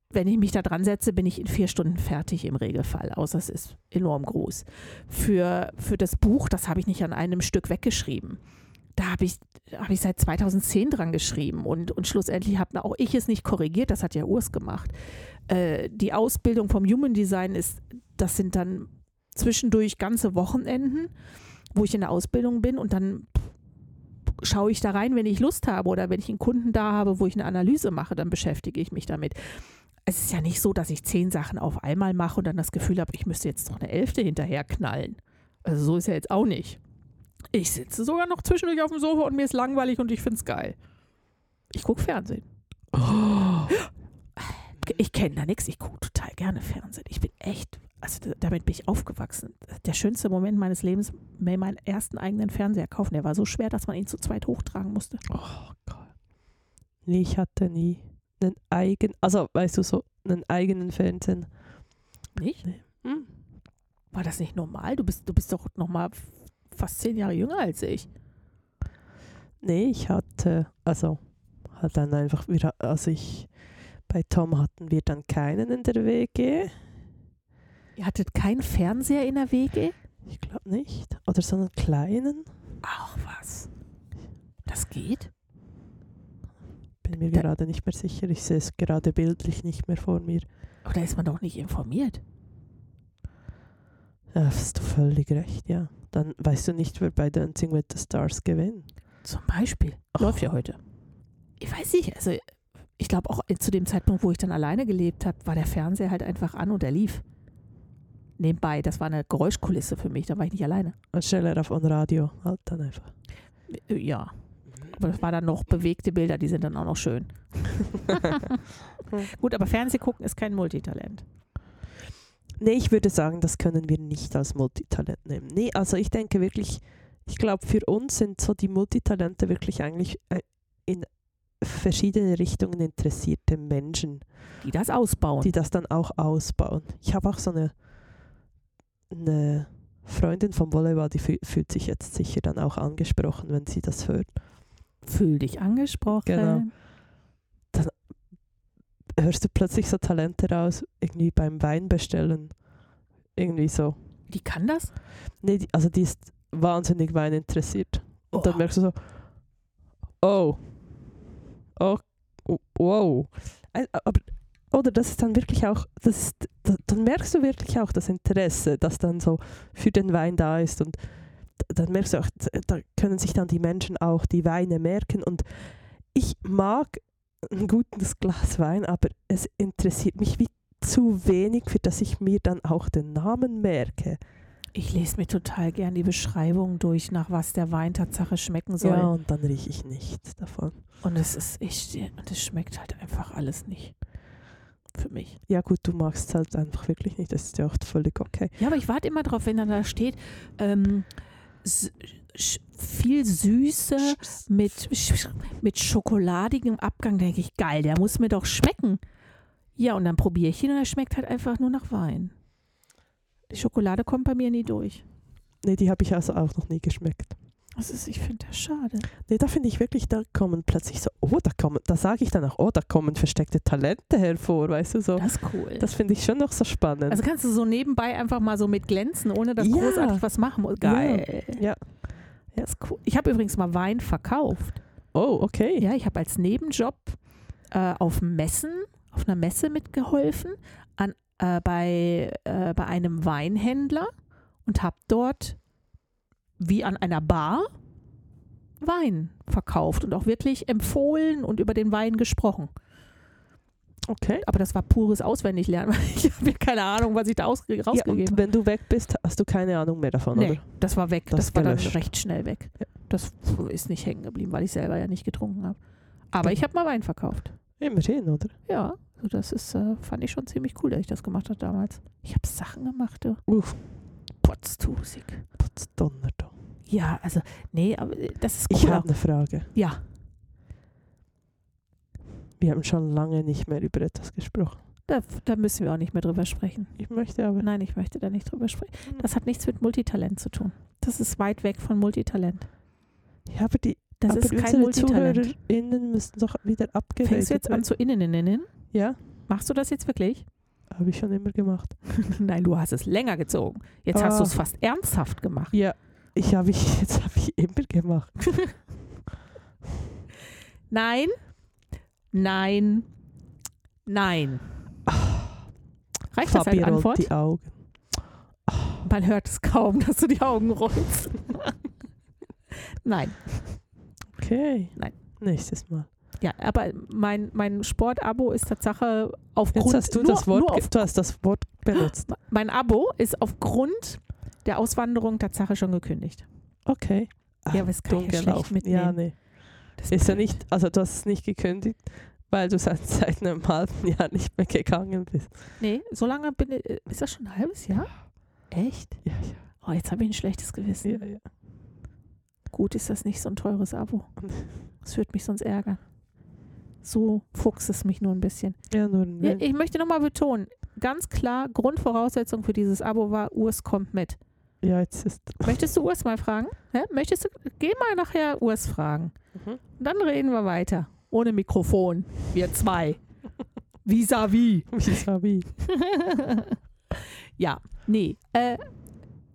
Speaker 1: wenn ich mich da dran setze, bin ich in vier Stunden fertig im Regelfall, außer es ist enorm groß. Für, für das Buch, das habe ich nicht an einem Stück weggeschrieben. Da habe ich, hab ich seit 2010 dran geschrieben und, und schlussendlich habe auch ich es nicht korrigiert, das hat ja Urs gemacht. Äh, die Ausbildung vom Human Design ist das sind dann zwischendurch ganze Wochenenden, wo ich in der Ausbildung bin und dann schaue ich da rein, wenn ich Lust habe oder wenn ich einen Kunden da habe, wo ich eine Analyse mache, dann beschäftige ich mich damit. Es ist ja nicht so, dass ich zehn Sachen auf einmal mache und dann das Gefühl habe, ich müsste jetzt noch eine Elfte hinterher knallen. Also so ist ja jetzt auch nicht. Ich sitze sogar noch zwischendurch auf dem Sofa und mir ist langweilig und ich finde es geil. Ich gucke Fernsehen.
Speaker 2: Oh,
Speaker 1: Ich kenne da nichts, ich gucke total gerne Fernsehen. Ich bin echt also d- damit bin ich aufgewachsen. Der schönste Moment meines Lebens, mir meinen ersten eigenen Fernseher kaufen. Der war so schwer, dass man ihn zu zweit hochtragen musste.
Speaker 2: Oh Gott. Nee, ich hatte nie einen eigenen, also weißt du so, einen eigenen Fernsehen.
Speaker 1: Nicht?
Speaker 2: Hm.
Speaker 1: War das nicht normal? Du bist, du bist doch noch mal f- fast zehn Jahre jünger als ich.
Speaker 2: Nee, ich hatte, also hat dann einfach wieder, also ich bei Tom hatten wir dann keinen in der WG.
Speaker 1: Ihr hattet keinen Fernseher in der WG?
Speaker 2: Ich glaube nicht. Oder so einen kleinen.
Speaker 1: Ach was. Das geht?
Speaker 2: Bin mir
Speaker 1: Da-
Speaker 2: gerade nicht mehr sicher. Ich sehe es gerade bildlich nicht mehr vor mir.
Speaker 1: Aber da ist man doch nicht informiert.
Speaker 2: Ja, Ah, hast du völlig recht, ja. Dann weißt du nicht, wer bei Dancing with the Stars gewinnt.
Speaker 1: Zum Beispiel.
Speaker 2: Ach.
Speaker 1: Läuft ja heute. Ich weiß nicht, also ich glaube auch äh, zu dem Zeitpunkt, wo ich dann alleine gelebt habe, war der Fernseher halt einfach an und er lief. Nebenbei, das war eine Geräuschkulisse für mich, da war ich nicht alleine.
Speaker 2: Anstelle auf on Radio. Halt dann einfach.
Speaker 1: Äh, Ja. Aber das war dann noch bewegte Bilder, die sind dann auch noch schön. Gut, aber Fernseh gucken ist kein Multitalent.
Speaker 2: Nee, ich würde sagen, das können wir nicht als Multitalent nehmen. Nee, also ich denke wirklich, ich glaube, für uns sind so die Multitalente wirklich eigentlich äh, in verschiedene Richtungen interessierte Menschen,
Speaker 1: Die das ausbauen.
Speaker 2: die das dann auch ausbauen. Ich habe auch so eine, eine Freundin vom Volleyball, die fühl- fühlt sich jetzt sicher dann auch angesprochen, wenn sie das hört.
Speaker 1: Fühl dich angesprochen.
Speaker 2: Genau. hörst du plötzlich so Talente raus, irgendwie beim Wein bestellen. Irgendwie so.
Speaker 1: Die kann das?
Speaker 2: Nee, die, also die ist wahnsinnig Wein interessiert. Und dann
Speaker 1: Oh.
Speaker 2: merkst du so, oh, oh, oh wow. Ein- Aber, oder das ist dann wirklich auch, das ist, da- dann merkst du wirklich auch das Interesse, das dann so für den Wein da ist. Und d- dann merkst du auch, d- da können sich dann die Menschen auch die Weine merken. Und ich mag ein gutes Glas Wein, aber es interessiert mich wie zu wenig, für dass ich mir dann auch den Namen merke.
Speaker 1: Ich lese mir total gern die Beschreibung durch, nach was der Wein Tatsache schmecken soll.
Speaker 2: Ja, und dann rieche ich nichts davon.
Speaker 1: Und es ist, ich, und es schmeckt halt einfach alles nicht. Für mich.
Speaker 2: Ja gut, du magst es halt einfach wirklich nicht. Das ist ja auch völlig okay.
Speaker 1: Ja, aber ich warte immer drauf, wenn dann da steht, ähm, s- sch- viel Süße mit, sch- mit schokoladigem Abgang, denke ich, geil, der muss mir doch schmecken. Ja, und dann probiere ich ihn und er schmeckt halt einfach nur nach Wein. Die Schokolade kommt bei mir nie durch.
Speaker 2: Nee, die habe ich also auch noch nie geschmeckt.
Speaker 1: Das ist, ich finde das schade.
Speaker 2: Nee, da finde ich wirklich, da kommen plötzlich so, oh, da kommen, da sage ich dann auch, oh, da kommen versteckte Talente hervor, weißt du so.
Speaker 1: Das ist cool.
Speaker 2: Das finde ich schon noch so spannend.
Speaker 1: also kannst du so nebenbei einfach mal so mit glänzen, ohne dass
Speaker 2: Ja.
Speaker 1: großartig was machen muss. Geil.
Speaker 2: Ja.
Speaker 1: Das ist cool. Ich habe übrigens mal Wein verkauft.
Speaker 2: oh, okay.
Speaker 1: Ja, ich habe als Nebenjob äh, auf Messen, auf einer Messe mitgeholfen an, äh, bei, äh, bei einem Weinhändler und habe dort wie an einer Bar Wein verkauft und auch wirklich empfohlen und über den Wein gesprochen.
Speaker 2: Okay.
Speaker 1: Aber das war pures Auswendiglernen, weil ich habe ja keine Ahnung, was ich da ausge-
Speaker 2: Ja,
Speaker 1: rausgegeben
Speaker 2: und wenn du weg bist, hast du keine Ahnung mehr davon,
Speaker 1: Nee,
Speaker 2: oder?
Speaker 1: das war weg.
Speaker 2: Das
Speaker 1: Das, war dann
Speaker 2: gelöscht.
Speaker 1: recht schnell weg.
Speaker 2: Ja.
Speaker 1: Das ist nicht hängen geblieben, weil ich selber ja nicht getrunken habe. Aber ich habe mal Wein verkauft.
Speaker 2: Immerhin, oder?
Speaker 1: Ja, also das ist, äh, fand ich schon ziemlich cool, dass ich das gemacht habe damals. Ich habe Sachen gemacht, du.
Speaker 2: Uff,
Speaker 1: Potztusig.
Speaker 2: Potz Donnerdo.
Speaker 1: Ja, also, nee, aber äh, das ist
Speaker 2: Ich
Speaker 1: cool. auch.
Speaker 2: habe eine Frage.
Speaker 1: Ja,
Speaker 2: Wir haben schon lange nicht mehr über etwas gesprochen.
Speaker 1: da, da müssen wir auch nicht mehr drüber sprechen.
Speaker 2: Ich möchte aber.
Speaker 1: Nein, ich möchte da nicht drüber sprechen. Das hat nichts mit Multitalent zu tun. Das ist weit weg von Multitalent.
Speaker 2: Ja, aber die
Speaker 1: Das
Speaker 2: aber
Speaker 1: ist kein
Speaker 2: unsere
Speaker 1: Multitalent.
Speaker 2: ZuhörerInnen müssen doch wieder abgeredet
Speaker 1: Fängst du jetzt an
Speaker 2: werden.
Speaker 1: zu innen?
Speaker 2: Ja,
Speaker 1: Machst du das jetzt wirklich?
Speaker 2: habe ich schon immer gemacht.
Speaker 1: Nein, du hast es länger gezogen. Jetzt hast du es
Speaker 2: Ah.
Speaker 1: fast ernsthaft gemacht.
Speaker 2: Ja, ich habe ich, jetzt habe ich immer gemacht.
Speaker 1: Nein, nein, nein. Reicht das als
Speaker 2: Fabi rollt
Speaker 1: Antwort?
Speaker 2: die Augen.
Speaker 1: Man hört es kaum, dass du die Augen rollst. nein,
Speaker 2: Okay.
Speaker 1: Nein.
Speaker 2: Nächstes Mal.
Speaker 1: ja, aber mein, mein Sport-Abo ist Tatsache aufgrund.
Speaker 2: Jetzt hast du
Speaker 1: nur,
Speaker 2: das Wort,
Speaker 1: Nur
Speaker 2: ge-
Speaker 1: auf,
Speaker 2: du hast das Wort benutzt.
Speaker 1: mein Abo ist aufgrund der Auswanderung Tatsache schon gekündigt.
Speaker 2: Okay.
Speaker 1: ja, aber es kann ich ja schlecht
Speaker 2: gelaufen.
Speaker 1: mitnehmen.
Speaker 2: Ja, nee.
Speaker 1: Das
Speaker 2: Ist ja
Speaker 1: blöd.
Speaker 2: nicht, also du hast es nicht gekündigt, weil du seit, seit einem halben Jahr nicht mehr gegangen bist.
Speaker 1: Nee, so lange bin ich. äh, Ist das schon ein halbes Jahr? Echt?
Speaker 2: Ja, ja,
Speaker 1: Oh, jetzt habe ich ein schlechtes Gewissen.
Speaker 2: ja, ja.
Speaker 1: Gut ist das nicht so ein teures Abo. Das würde mich sonst ärgern. So fuchst es mich nur ein bisschen.
Speaker 2: Ja, nur ne? ein
Speaker 1: Ja,
Speaker 2: Witz.
Speaker 1: ich möchte nochmal betonen, ganz klar, Grundvoraussetzung für dieses Abo war, Urs kommt mit.
Speaker 2: ja, jetzt ist.
Speaker 1: Möchtest du Urs mal fragen? Hä? Möchtest du, geh mal nachher Urs fragen.
Speaker 2: Mhm.
Speaker 1: Und dann reden wir weiter. Ohne Mikrofon. Wir zwei. Vis-à-vis.
Speaker 2: Vis-à-vis.
Speaker 1: ja, nee. Äh,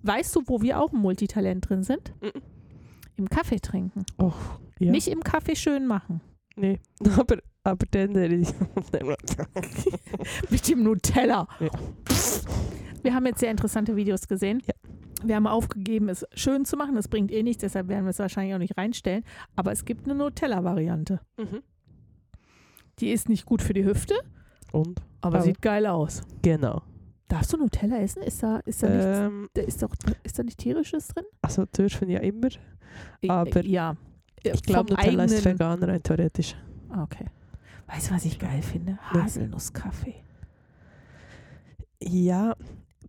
Speaker 1: weißt du, wo wir auch im Multitalent drin sind?
Speaker 2: Mhm.
Speaker 1: Im Kaffee trinken.
Speaker 2: Oh, ja.
Speaker 1: Nicht im Kaffee schön machen.
Speaker 2: Nee, aber, aber den, der ich
Speaker 1: Mit dem Nutella.
Speaker 2: Ja.
Speaker 1: Wir haben jetzt sehr interessante Videos gesehen.
Speaker 2: Ja.
Speaker 1: Wir haben aufgegeben, es schön zu machen. Das bringt eh nichts, deshalb werden wir es wahrscheinlich auch nicht reinstellen. Aber es gibt eine Nutella-Variante. Die ist nicht gut für die Hüfte,
Speaker 2: Und?
Speaker 1: aber,
Speaker 2: Aber-
Speaker 1: sieht geil aus. Äh.
Speaker 2: Genau.
Speaker 1: Darfst du Nutella essen? Ist da, ist da, nichts,
Speaker 2: Ähm,
Speaker 1: da ist doch, ist da nicht tierisches drin? Ah,
Speaker 2: also dürfen ja immer.
Speaker 1: Ich-
Speaker 2: Aber
Speaker 1: ja.
Speaker 2: Ich glaube,
Speaker 1: Vom
Speaker 2: Nutella ist
Speaker 1: eigenen-
Speaker 2: vegan rein theoretisch.
Speaker 1: Ah, Okay. Weißt du, was ich geil finde?
Speaker 2: Nee.
Speaker 1: Haselnusskaffee.
Speaker 2: Ja,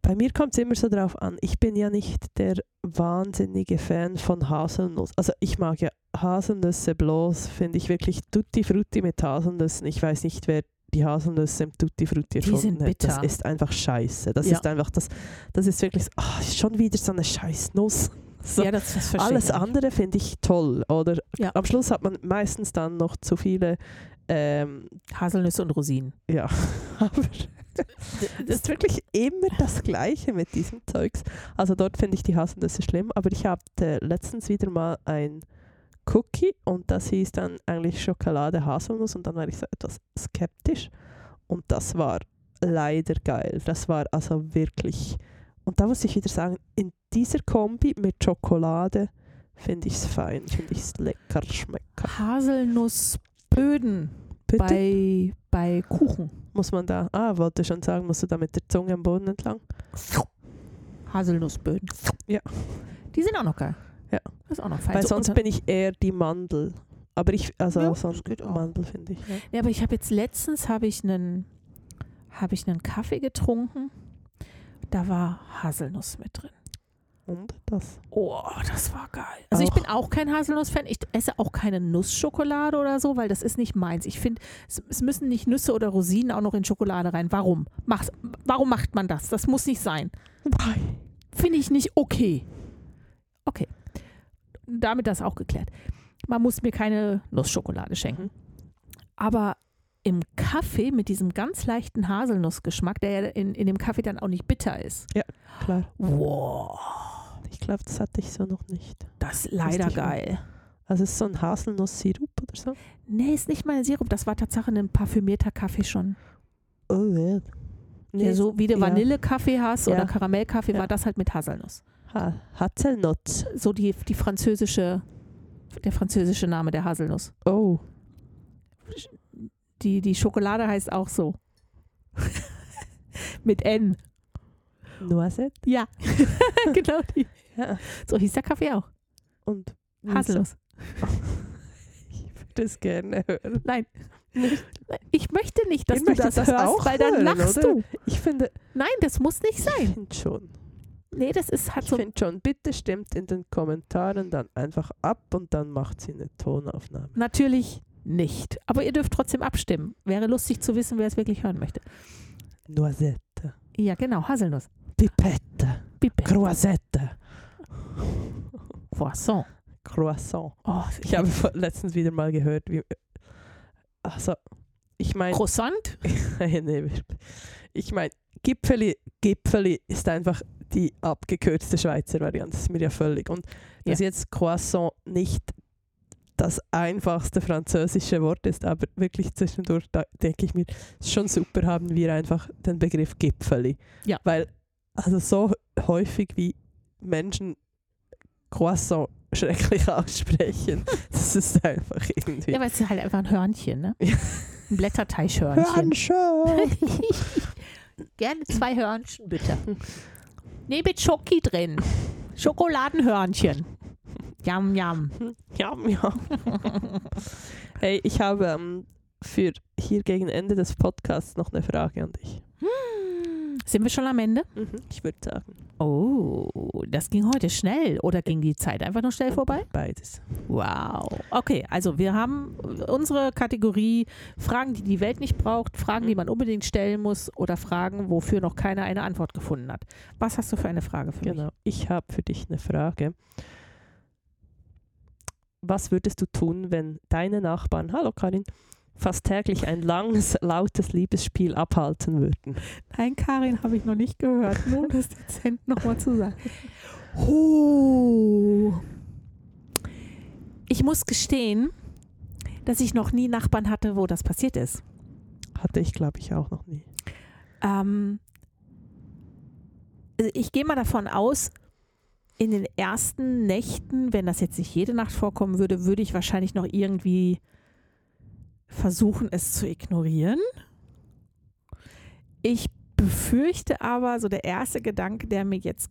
Speaker 2: bei mir kommt es immer so drauf an. Ich bin ja nicht der wahnsinnige Fan von Haselnuss. Also ich mag ja Haselnüsse bloß, finde ich wirklich Tutti Frutti mit Haselnüssen. Ich weiß nicht, wer die Haselnüsse im Tutti Frutti
Speaker 1: Die
Speaker 2: erfunden
Speaker 1: sind
Speaker 2: hat. Das
Speaker 1: bitter.
Speaker 2: ist einfach scheiße. Das
Speaker 1: Ja.
Speaker 2: ist einfach, das, das ist wirklich, so, ah, schon wieder so eine Scheißnuss. So.
Speaker 1: Ja, das, das verstehe
Speaker 2: Alles
Speaker 1: ich.
Speaker 2: andere finde ich toll, oder?
Speaker 1: Ja.
Speaker 2: Am Schluss hat man meistens dann noch zu viele, ähm,
Speaker 1: Haselnüsse und Rosinen.
Speaker 2: ja, aber das ist wirklich immer das Gleiche mit diesem Zeugs. Also dort finde ich die Haselnüsse schlimm, aber ich hatte letztens wieder mal ein Cookie und das hieß dann eigentlich Schokolade Haselnuss und dann war ich so etwas skeptisch und das war leider geil. Das war also wirklich, und da muss ich wieder sagen, in dieser Kombi mit Schokolade finde ich es fein, finde ich es lecker, schmecker.
Speaker 1: Haselnussböden
Speaker 2: Bitte?
Speaker 1: bei, bei Kuchen.
Speaker 2: muss man da, ah, wollte schon sagen, musst du da mit der Zunge am Boden entlang?
Speaker 1: Haselnussböden.
Speaker 2: Ja.
Speaker 1: Die sind auch noch geil.
Speaker 2: Ja.
Speaker 1: Das ist auch noch fein.
Speaker 2: Weil
Speaker 1: So
Speaker 2: sonst
Speaker 1: unter-
Speaker 2: bin ich eher die Mandel. Aber ich, also
Speaker 1: Ja,
Speaker 2: so
Speaker 1: das geht auch.
Speaker 2: Mandel finde ich. Ja.
Speaker 1: ja, aber ich habe jetzt letztens habe ich einen habe ich einen Kaffee getrunken. Da war Haselnuss mit drin.
Speaker 2: Und das.
Speaker 1: Oh, das war geil. Also ich
Speaker 2: Auch.
Speaker 1: bin auch kein Haselnuss-Fan. Ich esse auch keine Nussschokolade oder so, weil das ist nicht meins. Ich finde, es, es müssen nicht Nüsse oder Rosinen auch noch in Schokolade rein. Warum? Mach's, warum macht man das? Das muss nicht sein. Finde ich nicht okay. Okay. Damit das auch geklärt. Man muss mir keine Nussschokolade schenken.
Speaker 2: Mhm.
Speaker 1: Aber im Kaffee mit diesem ganz leichten Haselnussgeschmack, der ja in, in dem Kaffee dann auch nicht bitter ist.
Speaker 2: Klar.
Speaker 1: Wow,
Speaker 2: Ich glaube, das hatte ich so noch nicht.
Speaker 1: das ist leider
Speaker 2: Richtig.
Speaker 1: geil.
Speaker 2: Also es ist so ein Haselnusssirup oder so.
Speaker 1: Nee, ist nicht mal ein Sirup. Das war tatsächlich ein parfümierter Kaffee schon.
Speaker 2: Oh, well.
Speaker 1: Ja, so wie du
Speaker 2: ja.
Speaker 1: Vanillekaffee hast
Speaker 2: Ja.
Speaker 1: oder Karamellkaffee,
Speaker 2: Ja.
Speaker 1: war das halt mit Haselnuss.
Speaker 2: ha Hazelnuss.
Speaker 1: So die, die französische der französische Name der Haselnuss.
Speaker 2: Oh.
Speaker 1: Die, die Schokolade heißt auch so. Mit N.
Speaker 2: Noisette?
Speaker 1: Ja, genau die.
Speaker 2: Ja.
Speaker 1: So hieß der Kaffee auch.
Speaker 2: Und
Speaker 1: Haselnuss.
Speaker 2: Ich würde es gerne hören.
Speaker 1: Nein.
Speaker 2: Nicht?
Speaker 1: Ich möchte nicht, dass
Speaker 2: Ihr
Speaker 1: du
Speaker 2: möchtet
Speaker 1: das,
Speaker 2: das
Speaker 1: hörst,
Speaker 2: auch
Speaker 1: weil dann
Speaker 2: hören,
Speaker 1: lachst
Speaker 2: oder?
Speaker 1: du.
Speaker 2: Ich finde,
Speaker 1: Nein, das muss nicht
Speaker 2: ich
Speaker 1: sein.
Speaker 2: finde schon.
Speaker 1: Nee, das ist halt
Speaker 2: Ich
Speaker 1: so.
Speaker 2: finde schon. Bitte stimmt in den Kommentaren dann einfach ab und dann macht sie eine Tonaufnahme.
Speaker 1: Natürlich nicht. Aber ihr dürft trotzdem abstimmen. Wäre lustig zu wissen, wer es wirklich hören möchte.
Speaker 2: Noisette.
Speaker 1: Ja, genau. Haselnuss.
Speaker 2: Pipette.
Speaker 1: Bibel.
Speaker 2: Croisette.
Speaker 1: Croissant.
Speaker 2: Croissant.
Speaker 1: Oh,
Speaker 2: Ich habe vor- letztens wieder mal gehört, wie. Also, ich meine.
Speaker 1: Croissant?
Speaker 2: nee, wir- ich meine, Gipfeli, Gipfeli ist einfach die abgekürzte Schweizer Variante. Das ist mir ja völlig. Und dass jetzt Croissant nicht das einfachste französische Wort ist, aber wirklich zwischendurch da denke ich mir, ist schon super haben wir einfach den Begriff Gipfeli.
Speaker 1: Ja.
Speaker 2: Weil, also so häufig wie Menschen Croissant schrecklich aussprechen, das ist einfach irgendwie.
Speaker 1: Ja, weil es ist halt einfach ein Hörnchen, ne?
Speaker 2: Ja.
Speaker 1: Ein Blätterteichhörnchen.
Speaker 2: Hörnchen.
Speaker 1: Gerne zwei Hörnchen, bitte. Nee, mit Schoki drin. Schokoladenhörnchen. Yam, yam.
Speaker 2: Ja, ja. hey, ich habe ähm, für hier gegen Ende des Podcasts noch eine Frage an dich.
Speaker 1: Sind wir schon am Ende?
Speaker 2: Ich würde sagen,
Speaker 1: Oh, das ging heute schnell. Oder ging die Zeit einfach nur schnell vorbei?
Speaker 2: beides.
Speaker 1: Wow. Okay, also wir haben unsere Kategorie Fragen, die die Welt nicht braucht, Fragen, die man unbedingt stellen muss oder Fragen, wofür noch keiner eine Antwort gefunden hat. Was hast du für eine Frage für mich?
Speaker 2: Genau. Ich habe für dich eine Frage. Was würdest du tun, wenn deine Nachbarn, hallo Karin, fast täglich ein langes, lautes Liebesspiel abhalten würden?
Speaker 1: Nein, Karin, habe ich noch nicht gehört. Nur um das dezent nochmal zu sagen. Oh. Ich muss gestehen, dass ich noch nie Nachbarn hatte, wo das passiert ist.
Speaker 2: Hatte ich, glaube ich, auch noch nie.
Speaker 1: Ähm, also ich gehe mal davon aus, in den ersten Nächten, wenn das jetzt nicht jede Nacht vorkommen würde, würde ich wahrscheinlich noch irgendwie versuchen, es zu ignorieren. Ich befürchte aber, so der erste Gedanke, der mir jetzt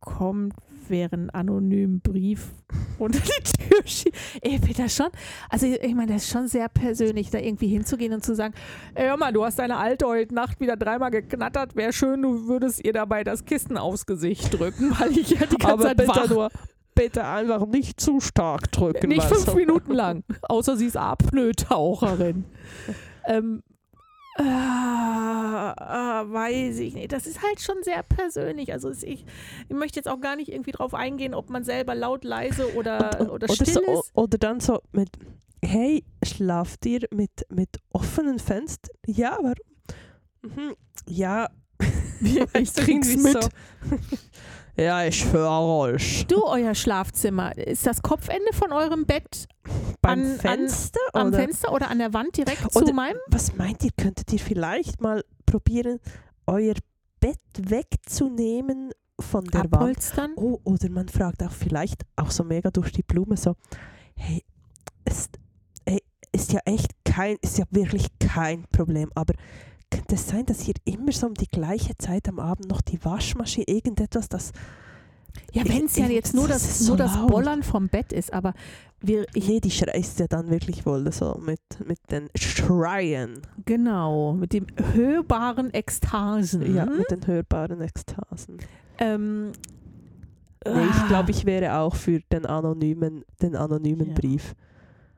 Speaker 1: kommt, wäre ein anonymen Brief unter die Tür schie- Ey, Peter, schon. Also ich meine, das ist schon sehr persönlich, da irgendwie hinzugehen und zu sagen, Ey, hör mal, du hast deine Alte heute Nacht wieder dreimal geknattert. Wäre schön, du würdest ihr dabei das Kissen aufs Gesicht drücken, weil ich ja die ganze
Speaker 2: Aber
Speaker 1: Zeit
Speaker 2: bitte
Speaker 1: wach.
Speaker 2: nur, bitte einfach nicht zu stark drücken.
Speaker 1: Nicht
Speaker 2: weil
Speaker 1: fünf
Speaker 2: so-
Speaker 1: Minuten lang. Außer sie ist Apnoe-Taucherin. ähm, äh, äh, weiß ich nicht. Das ist halt schon sehr persönlich. Also es- ich, ich möchte jetzt auch gar nicht irgendwie drauf eingehen, ob man selber laut, leise Äh, oder,
Speaker 2: Und-
Speaker 1: oder
Speaker 2: oder,
Speaker 1: still
Speaker 2: so, o-
Speaker 1: ist.
Speaker 2: oder dann so mit, hey, schlaft ihr mit, mit offenen Fenstern? Ja, warum? Mhm. Ja,
Speaker 1: Ich
Speaker 2: Weißt du,
Speaker 1: krieg's
Speaker 2: irgendwie
Speaker 1: mit.
Speaker 2: ja, ich höre euch.
Speaker 1: Du, euer Schlafzimmer, ist das Kopfende von eurem Bett
Speaker 2: Beim
Speaker 1: an-
Speaker 2: Fenster?
Speaker 1: am
Speaker 2: oder?
Speaker 1: Fenster oder an der Wand direkt zu
Speaker 2: Oder-
Speaker 1: meinem?
Speaker 2: Was meint ihr, könntet ihr vielleicht mal probieren, euer Bett wegzunehmen von der Wand?
Speaker 1: Abholstern?
Speaker 2: Oh, oder man fragt auch vielleicht auch so mega durch die Blume so, hey, ist, hey, ist ja echt kein, ist ja wirklich kein Problem, aber könnte es sein, dass ihr immer so um die gleiche Zeit am Abend noch die Waschmaschine, irgendetwas, das,
Speaker 1: Ja,
Speaker 2: Ich-
Speaker 1: wenn es ja
Speaker 2: ich-
Speaker 1: jetzt nur
Speaker 2: das
Speaker 1: das,
Speaker 2: ist
Speaker 1: nur
Speaker 2: so
Speaker 1: das
Speaker 2: laut.
Speaker 1: Bollern vom Bett ist, aber wir, ich,
Speaker 2: nee, die schreist ja dann wirklich wohl so mit, mit den Schreien,
Speaker 1: genau, mit dem hörbaren Ekstasen.
Speaker 2: ja, mit den hörbaren Ekstasen. Ah.
Speaker 1: Ähm, ah.
Speaker 2: Nee, ich glaube, ich wäre auch für den anonymen, den anonymen
Speaker 1: Ja.
Speaker 2: Brief.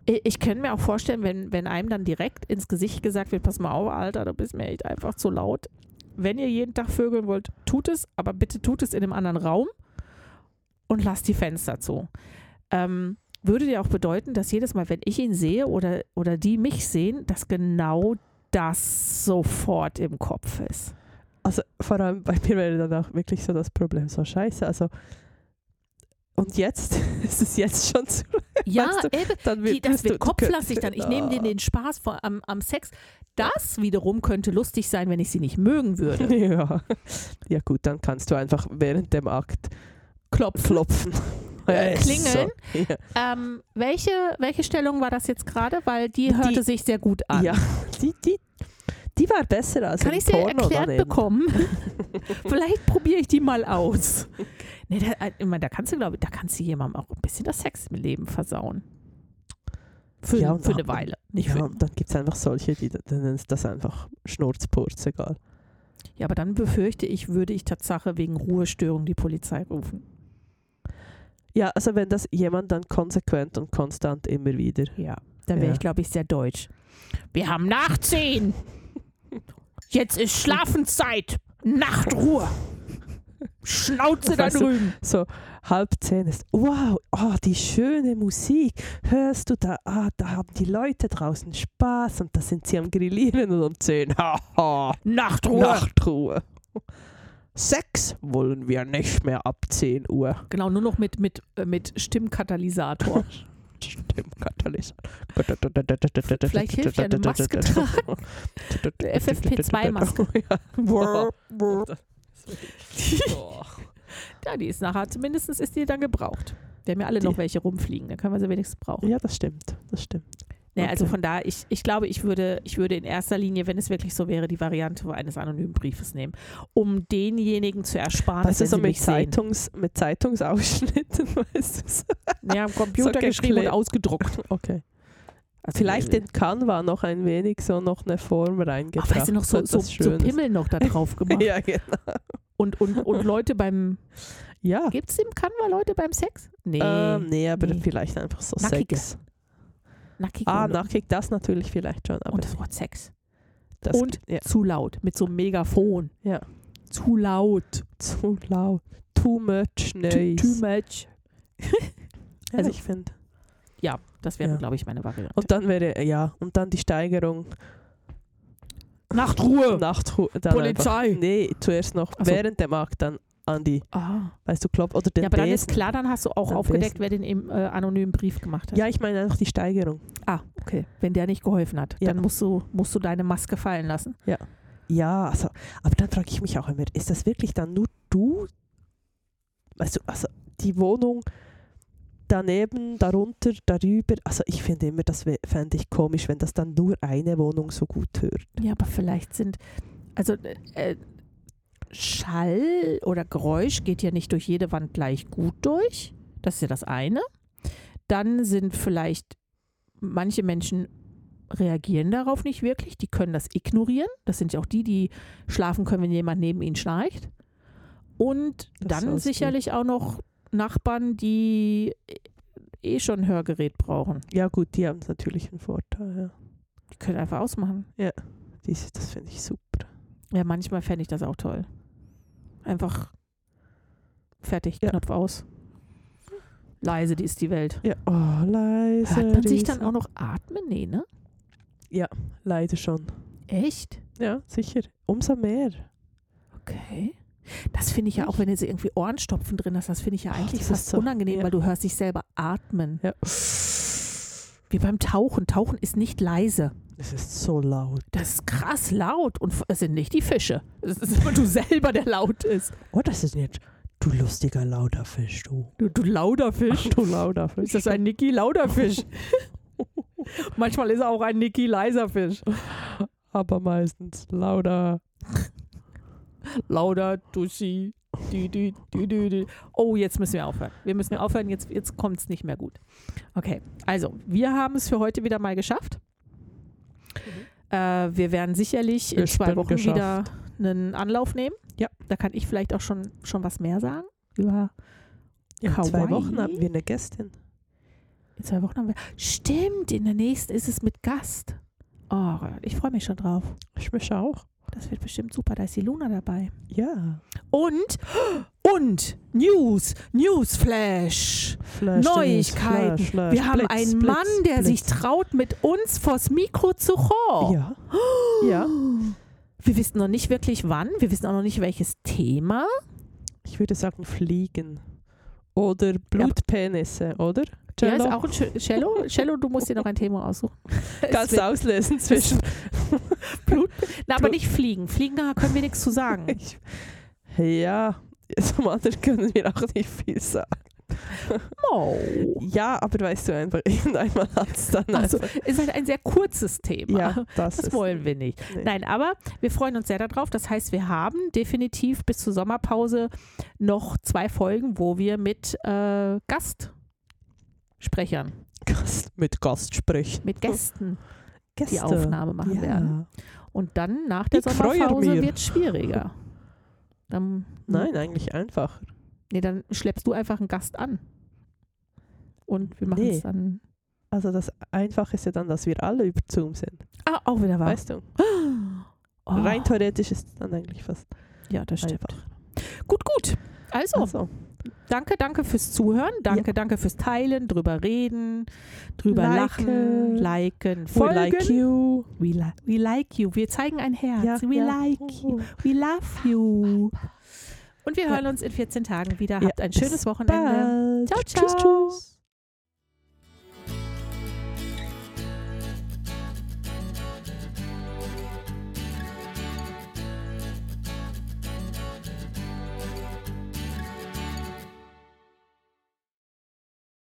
Speaker 1: Ich, ich könnte mir auch vorstellen, wenn, wenn einem dann direkt ins Gesicht gesagt wird, pass mal auf, Alter, du bist mir echt einfach zu laut. Wenn ihr jeden Tag vögeln wollt, tut es, aber bitte tut es in einem anderen Raum und lasst die Fenster zu. Ähm, würde ja auch bedeuten, dass jedes Mal, wenn ich ihn sehe oder, oder die mich sehen, dass genau das sofort im Kopf ist.
Speaker 2: Also vor allem bei mir wäre dann auch wirklich so das Problem, so scheiße. Also und jetzt ist es jetzt schon zu.
Speaker 1: Ja,
Speaker 2: Weißt du,
Speaker 1: ey,
Speaker 2: Dann
Speaker 1: Die, das
Speaker 2: wirst du-
Speaker 1: wird
Speaker 2: du könnt-
Speaker 1: kopflastig dann. Ich nehme denen den Spaß vor, am, am Sex. Das wiederum könnte lustig sein, wenn ich sie nicht mögen würde.
Speaker 2: Ja. ja gut, dann kannst du einfach während dem Akt
Speaker 1: Klopfen.
Speaker 2: klopfen.
Speaker 1: äh,
Speaker 2: Yes.
Speaker 1: klingeln.
Speaker 2: So. Ja.
Speaker 1: Ähm, welche, welche Stellung war das jetzt gerade? Weil die hörte
Speaker 2: Die-
Speaker 1: sich sehr gut an.
Speaker 2: Ja, die, die, die war besser als
Speaker 1: Kann
Speaker 2: im
Speaker 1: ich sie
Speaker 2: Porno
Speaker 1: erklärt
Speaker 2: daneben.
Speaker 1: bekommen? Vielleicht probiere ich die mal aus. Nee, da, äh, ich meine, da kannst du, glaube ich, da kannst du jemandem auch ein bisschen das Sexleben versauen. Für,
Speaker 2: Ja, und
Speaker 1: für
Speaker 2: da-
Speaker 1: eine Weile. Nicht
Speaker 2: Ja,
Speaker 1: für,
Speaker 2: und dann gibt es einfach solche, die dann ist das einfach Schnurzpurz, egal.
Speaker 1: ja, aber dann befürchte ich, würde ich Tatsache wegen Ruhestörung die Polizei rufen.
Speaker 2: Ja, also wenn das jemand dann konsequent und konstant immer wieder.
Speaker 1: Ja. Dann wäre
Speaker 2: Ja.
Speaker 1: ich, glaube ich, sehr deutsch. Wir haben nach 10. Jetzt ist Schlafenszeit. Nachtruhe. Schnauze da
Speaker 2: Weißt du-
Speaker 1: drüben.
Speaker 2: So halb zehn ist, wow, oh, die schöne Musik. Hörst du da, ah, da haben die Leute draußen Spaß und da sind sie am Grillieren und um zehn, haha,
Speaker 1: Nachtruhe.
Speaker 2: Nachtruhe. Sex wollen wir nicht mehr ab 10 Uhr.
Speaker 1: Genau, nur noch mit, mit, äh, mit Stimmkatalysator.
Speaker 2: Stimmt, Katalysator.
Speaker 1: Vielleicht hilft ja eine Maske tragen. Eine FFP2-Maske.
Speaker 2: Ja.
Speaker 1: ja, die ist nachher, zumindest ist die dann gebraucht. Wir haben ja alle
Speaker 2: Die-
Speaker 1: noch welche rumfliegen, dann können wir sie wenigstens brauchen.
Speaker 2: ja, das stimmt. Das stimmt.
Speaker 1: Naja, Also
Speaker 2: okay.
Speaker 1: von da, ich, ich glaube, ich würde, ich würde in erster Linie, wenn es wirklich so wäre, die Variante eines anonymen Briefes nehmen, um denjenigen zu ersparen,
Speaker 2: Weißt du,
Speaker 1: dass
Speaker 2: so
Speaker 1: er
Speaker 2: mit,
Speaker 1: mich sehen.
Speaker 2: Zeitungs, mit Zeitungsausschnitten, weißt du? so.
Speaker 1: Ja, am Computer
Speaker 2: So
Speaker 1: geschrieben und
Speaker 2: geklebt.
Speaker 1: ausgedruckt.
Speaker 2: Okay.
Speaker 1: Also,
Speaker 2: Vielleicht in Canva noch ein wenig so noch eine Form
Speaker 1: Ach,
Speaker 2: reingebracht.
Speaker 1: weißt du, noch so,
Speaker 2: dass
Speaker 1: so,
Speaker 2: das schön
Speaker 1: so
Speaker 2: ist.
Speaker 1: Pimmel noch da drauf gemacht.
Speaker 2: Ja, genau.
Speaker 1: und, und, und Leute beim,
Speaker 2: Ja.
Speaker 1: gibt es im Canva Leute beim Sex? Nee,
Speaker 2: Ähm, nee, aber
Speaker 1: nee.
Speaker 2: vielleicht einfach so
Speaker 1: Nackige.
Speaker 2: Sex.
Speaker 1: nackige
Speaker 2: Ah,
Speaker 1: und-
Speaker 2: nackig, das natürlich vielleicht schon. Aber
Speaker 1: und das Wort Sex.
Speaker 2: das
Speaker 1: und-
Speaker 2: ja,
Speaker 1: Zu laut, mit so einem Megafon.
Speaker 2: Ja.
Speaker 1: Zu laut.
Speaker 2: zu laut. Too much
Speaker 1: Too,
Speaker 2: noise.
Speaker 1: too much.
Speaker 2: ja,
Speaker 1: also-
Speaker 2: ich finde.
Speaker 1: Ja, das wäre,
Speaker 2: Ja.
Speaker 1: glaube ich, meine Variante.
Speaker 2: Und dann wäre, ja, und dann die Steigerung.
Speaker 1: Nachtruhe!
Speaker 2: Nachtru dann Einfach, nee, zuerst noch
Speaker 1: Ach so.
Speaker 2: während dem Akt dann an die,
Speaker 1: Ah.
Speaker 2: weißt du, Klopf oder
Speaker 1: Also
Speaker 2: den
Speaker 1: Ja, aber dann ist
Speaker 2: Besen.
Speaker 1: klar, dann hast du auch
Speaker 2: Dann
Speaker 1: aufgedeckt,
Speaker 2: Besen.
Speaker 1: wer den im, äh, anonymen Brief gemacht hat.
Speaker 2: Ja, ich meine einfach die Steigerung.
Speaker 1: Ah, okay. Wenn der nicht geholfen hat,
Speaker 2: Ja.
Speaker 1: dann musst du, musst du deine Maske fallen lassen.
Speaker 2: Ja, also, aber dann frage ich mich auch immer, ist das wirklich dann nur du? Weißt du, also die Wohnung daneben, darunter, darüber, also ich finde immer, das fände ich komisch, wenn das dann nur eine Wohnung so gut hört.
Speaker 1: Ja, aber vielleicht sind, also äh, Schall oder Geräusch geht ja nicht durch jede Wand gleich gut durch. Das ist ja das eine. Dann sind vielleicht manche Menschen reagieren darauf nicht wirklich. Die können das ignorieren. Das sind ja auch die, die schlafen können, wenn jemand neben ihnen schnarcht. Und
Speaker 2: Das
Speaker 1: dann
Speaker 2: soll's
Speaker 1: sicherlich auch noch Nachbarn, die eh schon ein Hörgerät brauchen.
Speaker 2: Ja gut, die haben natürlich einen Vorteil, ja.
Speaker 1: Die können einfach ausmachen.
Speaker 2: Dies, das finde ich super.
Speaker 1: Ja, manchmal fände ich das auch toll. Einfach fertig,
Speaker 2: Ja.
Speaker 1: Knopf aus. Leise, die ist die Welt.
Speaker 2: Ja, oh, leise.
Speaker 1: Hört man sich dann
Speaker 2: Riese.
Speaker 1: auch noch atmen? Nee, ne?
Speaker 2: Leider schon.
Speaker 1: Echt?
Speaker 2: Ja, sicher. Umso mehr.
Speaker 1: Okay. Das finde ich ja, auch wenn du so irgendwie Ohrenstopfen drin hast, das finde ich ja
Speaker 2: Ach,
Speaker 1: eigentlich
Speaker 2: das
Speaker 1: fast
Speaker 2: ist so-
Speaker 1: unangenehm,
Speaker 2: ja.
Speaker 1: weil du hörst dich selber atmen.
Speaker 2: Ja.
Speaker 1: Wie beim Tauchen. Tauchen ist nicht leise.
Speaker 2: Es ist so laut.
Speaker 1: Das ist krass laut und f- es sind nicht die Fische. Es ist immer du selber, der laut ist.
Speaker 2: Oh, das ist jetzt. Du lustiger lauter Fisch, du.
Speaker 1: Du, du lauter Fisch.
Speaker 2: Du lauter Fisch.
Speaker 1: Ist das ein Niki lauter Fisch? Manchmal ist er auch ein Niki leiser Fisch.
Speaker 2: Aber meistens lauter.
Speaker 1: Lauter, Duschi. Dü, dü, dü, dü, dü. Oh, jetzt müssen wir aufhören. Wir müssen aufhören, jetzt, jetzt kommt es nicht mehr gut. Okay, also, wir haben es für heute wieder mal geschafft. Äh, wir werden sicherlich in
Speaker 2: Ich
Speaker 1: zwei
Speaker 2: bin
Speaker 1: Wochen
Speaker 2: geschafft.
Speaker 1: wieder einen Anlauf nehmen.
Speaker 2: Ja.
Speaker 1: Da kann ich vielleicht auch schon, schon was mehr sagen. Über
Speaker 2: In zwei
Speaker 1: Kawaii.
Speaker 2: Wochen haben wir eine Gästin.
Speaker 1: in zwei Wochen haben wir. Stimmt, in der nächsten ist es mit Gast. Oh, ich freue mich schon drauf.
Speaker 2: Ich mich auch.
Speaker 1: Das wird bestimmt super, da ist die Luna dabei.
Speaker 2: Ja.
Speaker 1: Und, und, News, Newsflash.
Speaker 2: Flash,
Speaker 1: Neuigkeiten.
Speaker 2: Flash, Flash,
Speaker 1: Wir haben
Speaker 2: Blitz,
Speaker 1: einen
Speaker 2: Blitz,
Speaker 1: Mann, der
Speaker 2: Blitz.
Speaker 1: sich traut, mit uns vors Mikro zu kommen.
Speaker 2: Ja. Ja.
Speaker 1: Wir wissen noch nicht wirklich wann, wir wissen auch noch nicht welches Thema.
Speaker 2: Ich würde sagen, Fliegen. Oder Blutpenisse, oder?
Speaker 1: Ja,
Speaker 2: Cello?
Speaker 1: ist auch ein Sch- Cello. Cello, du musst dir noch ein Thema aussuchen. Es
Speaker 2: Kannst
Speaker 1: wird-
Speaker 2: du auslesen zwischen.
Speaker 1: Na, aber nicht fliegen. Fliegen, da können wir nichts zu sagen.
Speaker 2: Ich, ja, zum anderen können wir auch nicht viel sagen.
Speaker 1: Oh.
Speaker 2: Ja, aber weißt du einfach, irgendeinmal hat es dann
Speaker 1: Also,
Speaker 2: einfach.
Speaker 1: ist halt ein sehr kurzes Thema.
Speaker 2: Ja, das,
Speaker 1: Das
Speaker 2: ist
Speaker 1: wollen wir nicht.
Speaker 2: Nee.
Speaker 1: Nein, aber wir freuen uns sehr darauf. Das heißt, wir haben definitiv bis zur Sommerpause noch zwei Folgen, wo wir mit äh, Gastsprechern,
Speaker 2: Gast, mit Gast sprechen.
Speaker 1: mit Gästen
Speaker 2: Gäste.
Speaker 1: die Aufnahme machen
Speaker 2: ja.
Speaker 1: werden. Und dann nach der
Speaker 2: Ich freue
Speaker 1: Sommerpause
Speaker 2: mir.
Speaker 1: wird es schwieriger. Dann,
Speaker 2: Nein, eigentlich einfacher.
Speaker 1: Nee, dann schleppst du einfach einen Gast an. Und wir machen
Speaker 2: Nee.
Speaker 1: es dann.
Speaker 2: Also das Einfache ist ja dann, dass wir alle über Zoom sind.
Speaker 1: Ah, auch wieder was.
Speaker 2: Weißt du?
Speaker 1: Oh,
Speaker 2: Rein theoretisch ist es dann eigentlich fast
Speaker 1: ja, das stimmt.
Speaker 2: einfach.
Speaker 1: Gut, gut. Also,
Speaker 2: Also,
Speaker 1: danke, danke fürs Zuhören. Danke, danke fürs Teilen, drüber reden, drüber lachen,
Speaker 2: Liken.
Speaker 1: liken,
Speaker 2: we
Speaker 1: folgen.
Speaker 2: like you.
Speaker 1: We, li we like you. Wir zeigen ein Herz. we like
Speaker 2: Uh,
Speaker 1: you. We love you. Und wir
Speaker 2: Ja.
Speaker 1: hören uns in 14 Tagen wieder.
Speaker 2: Ja,
Speaker 1: Habt ein
Speaker 2: bis
Speaker 1: schönes Wochenende.
Speaker 2: Bald.
Speaker 1: Ciao,
Speaker 2: Tschüss,
Speaker 1: ciao.
Speaker 2: tschüss.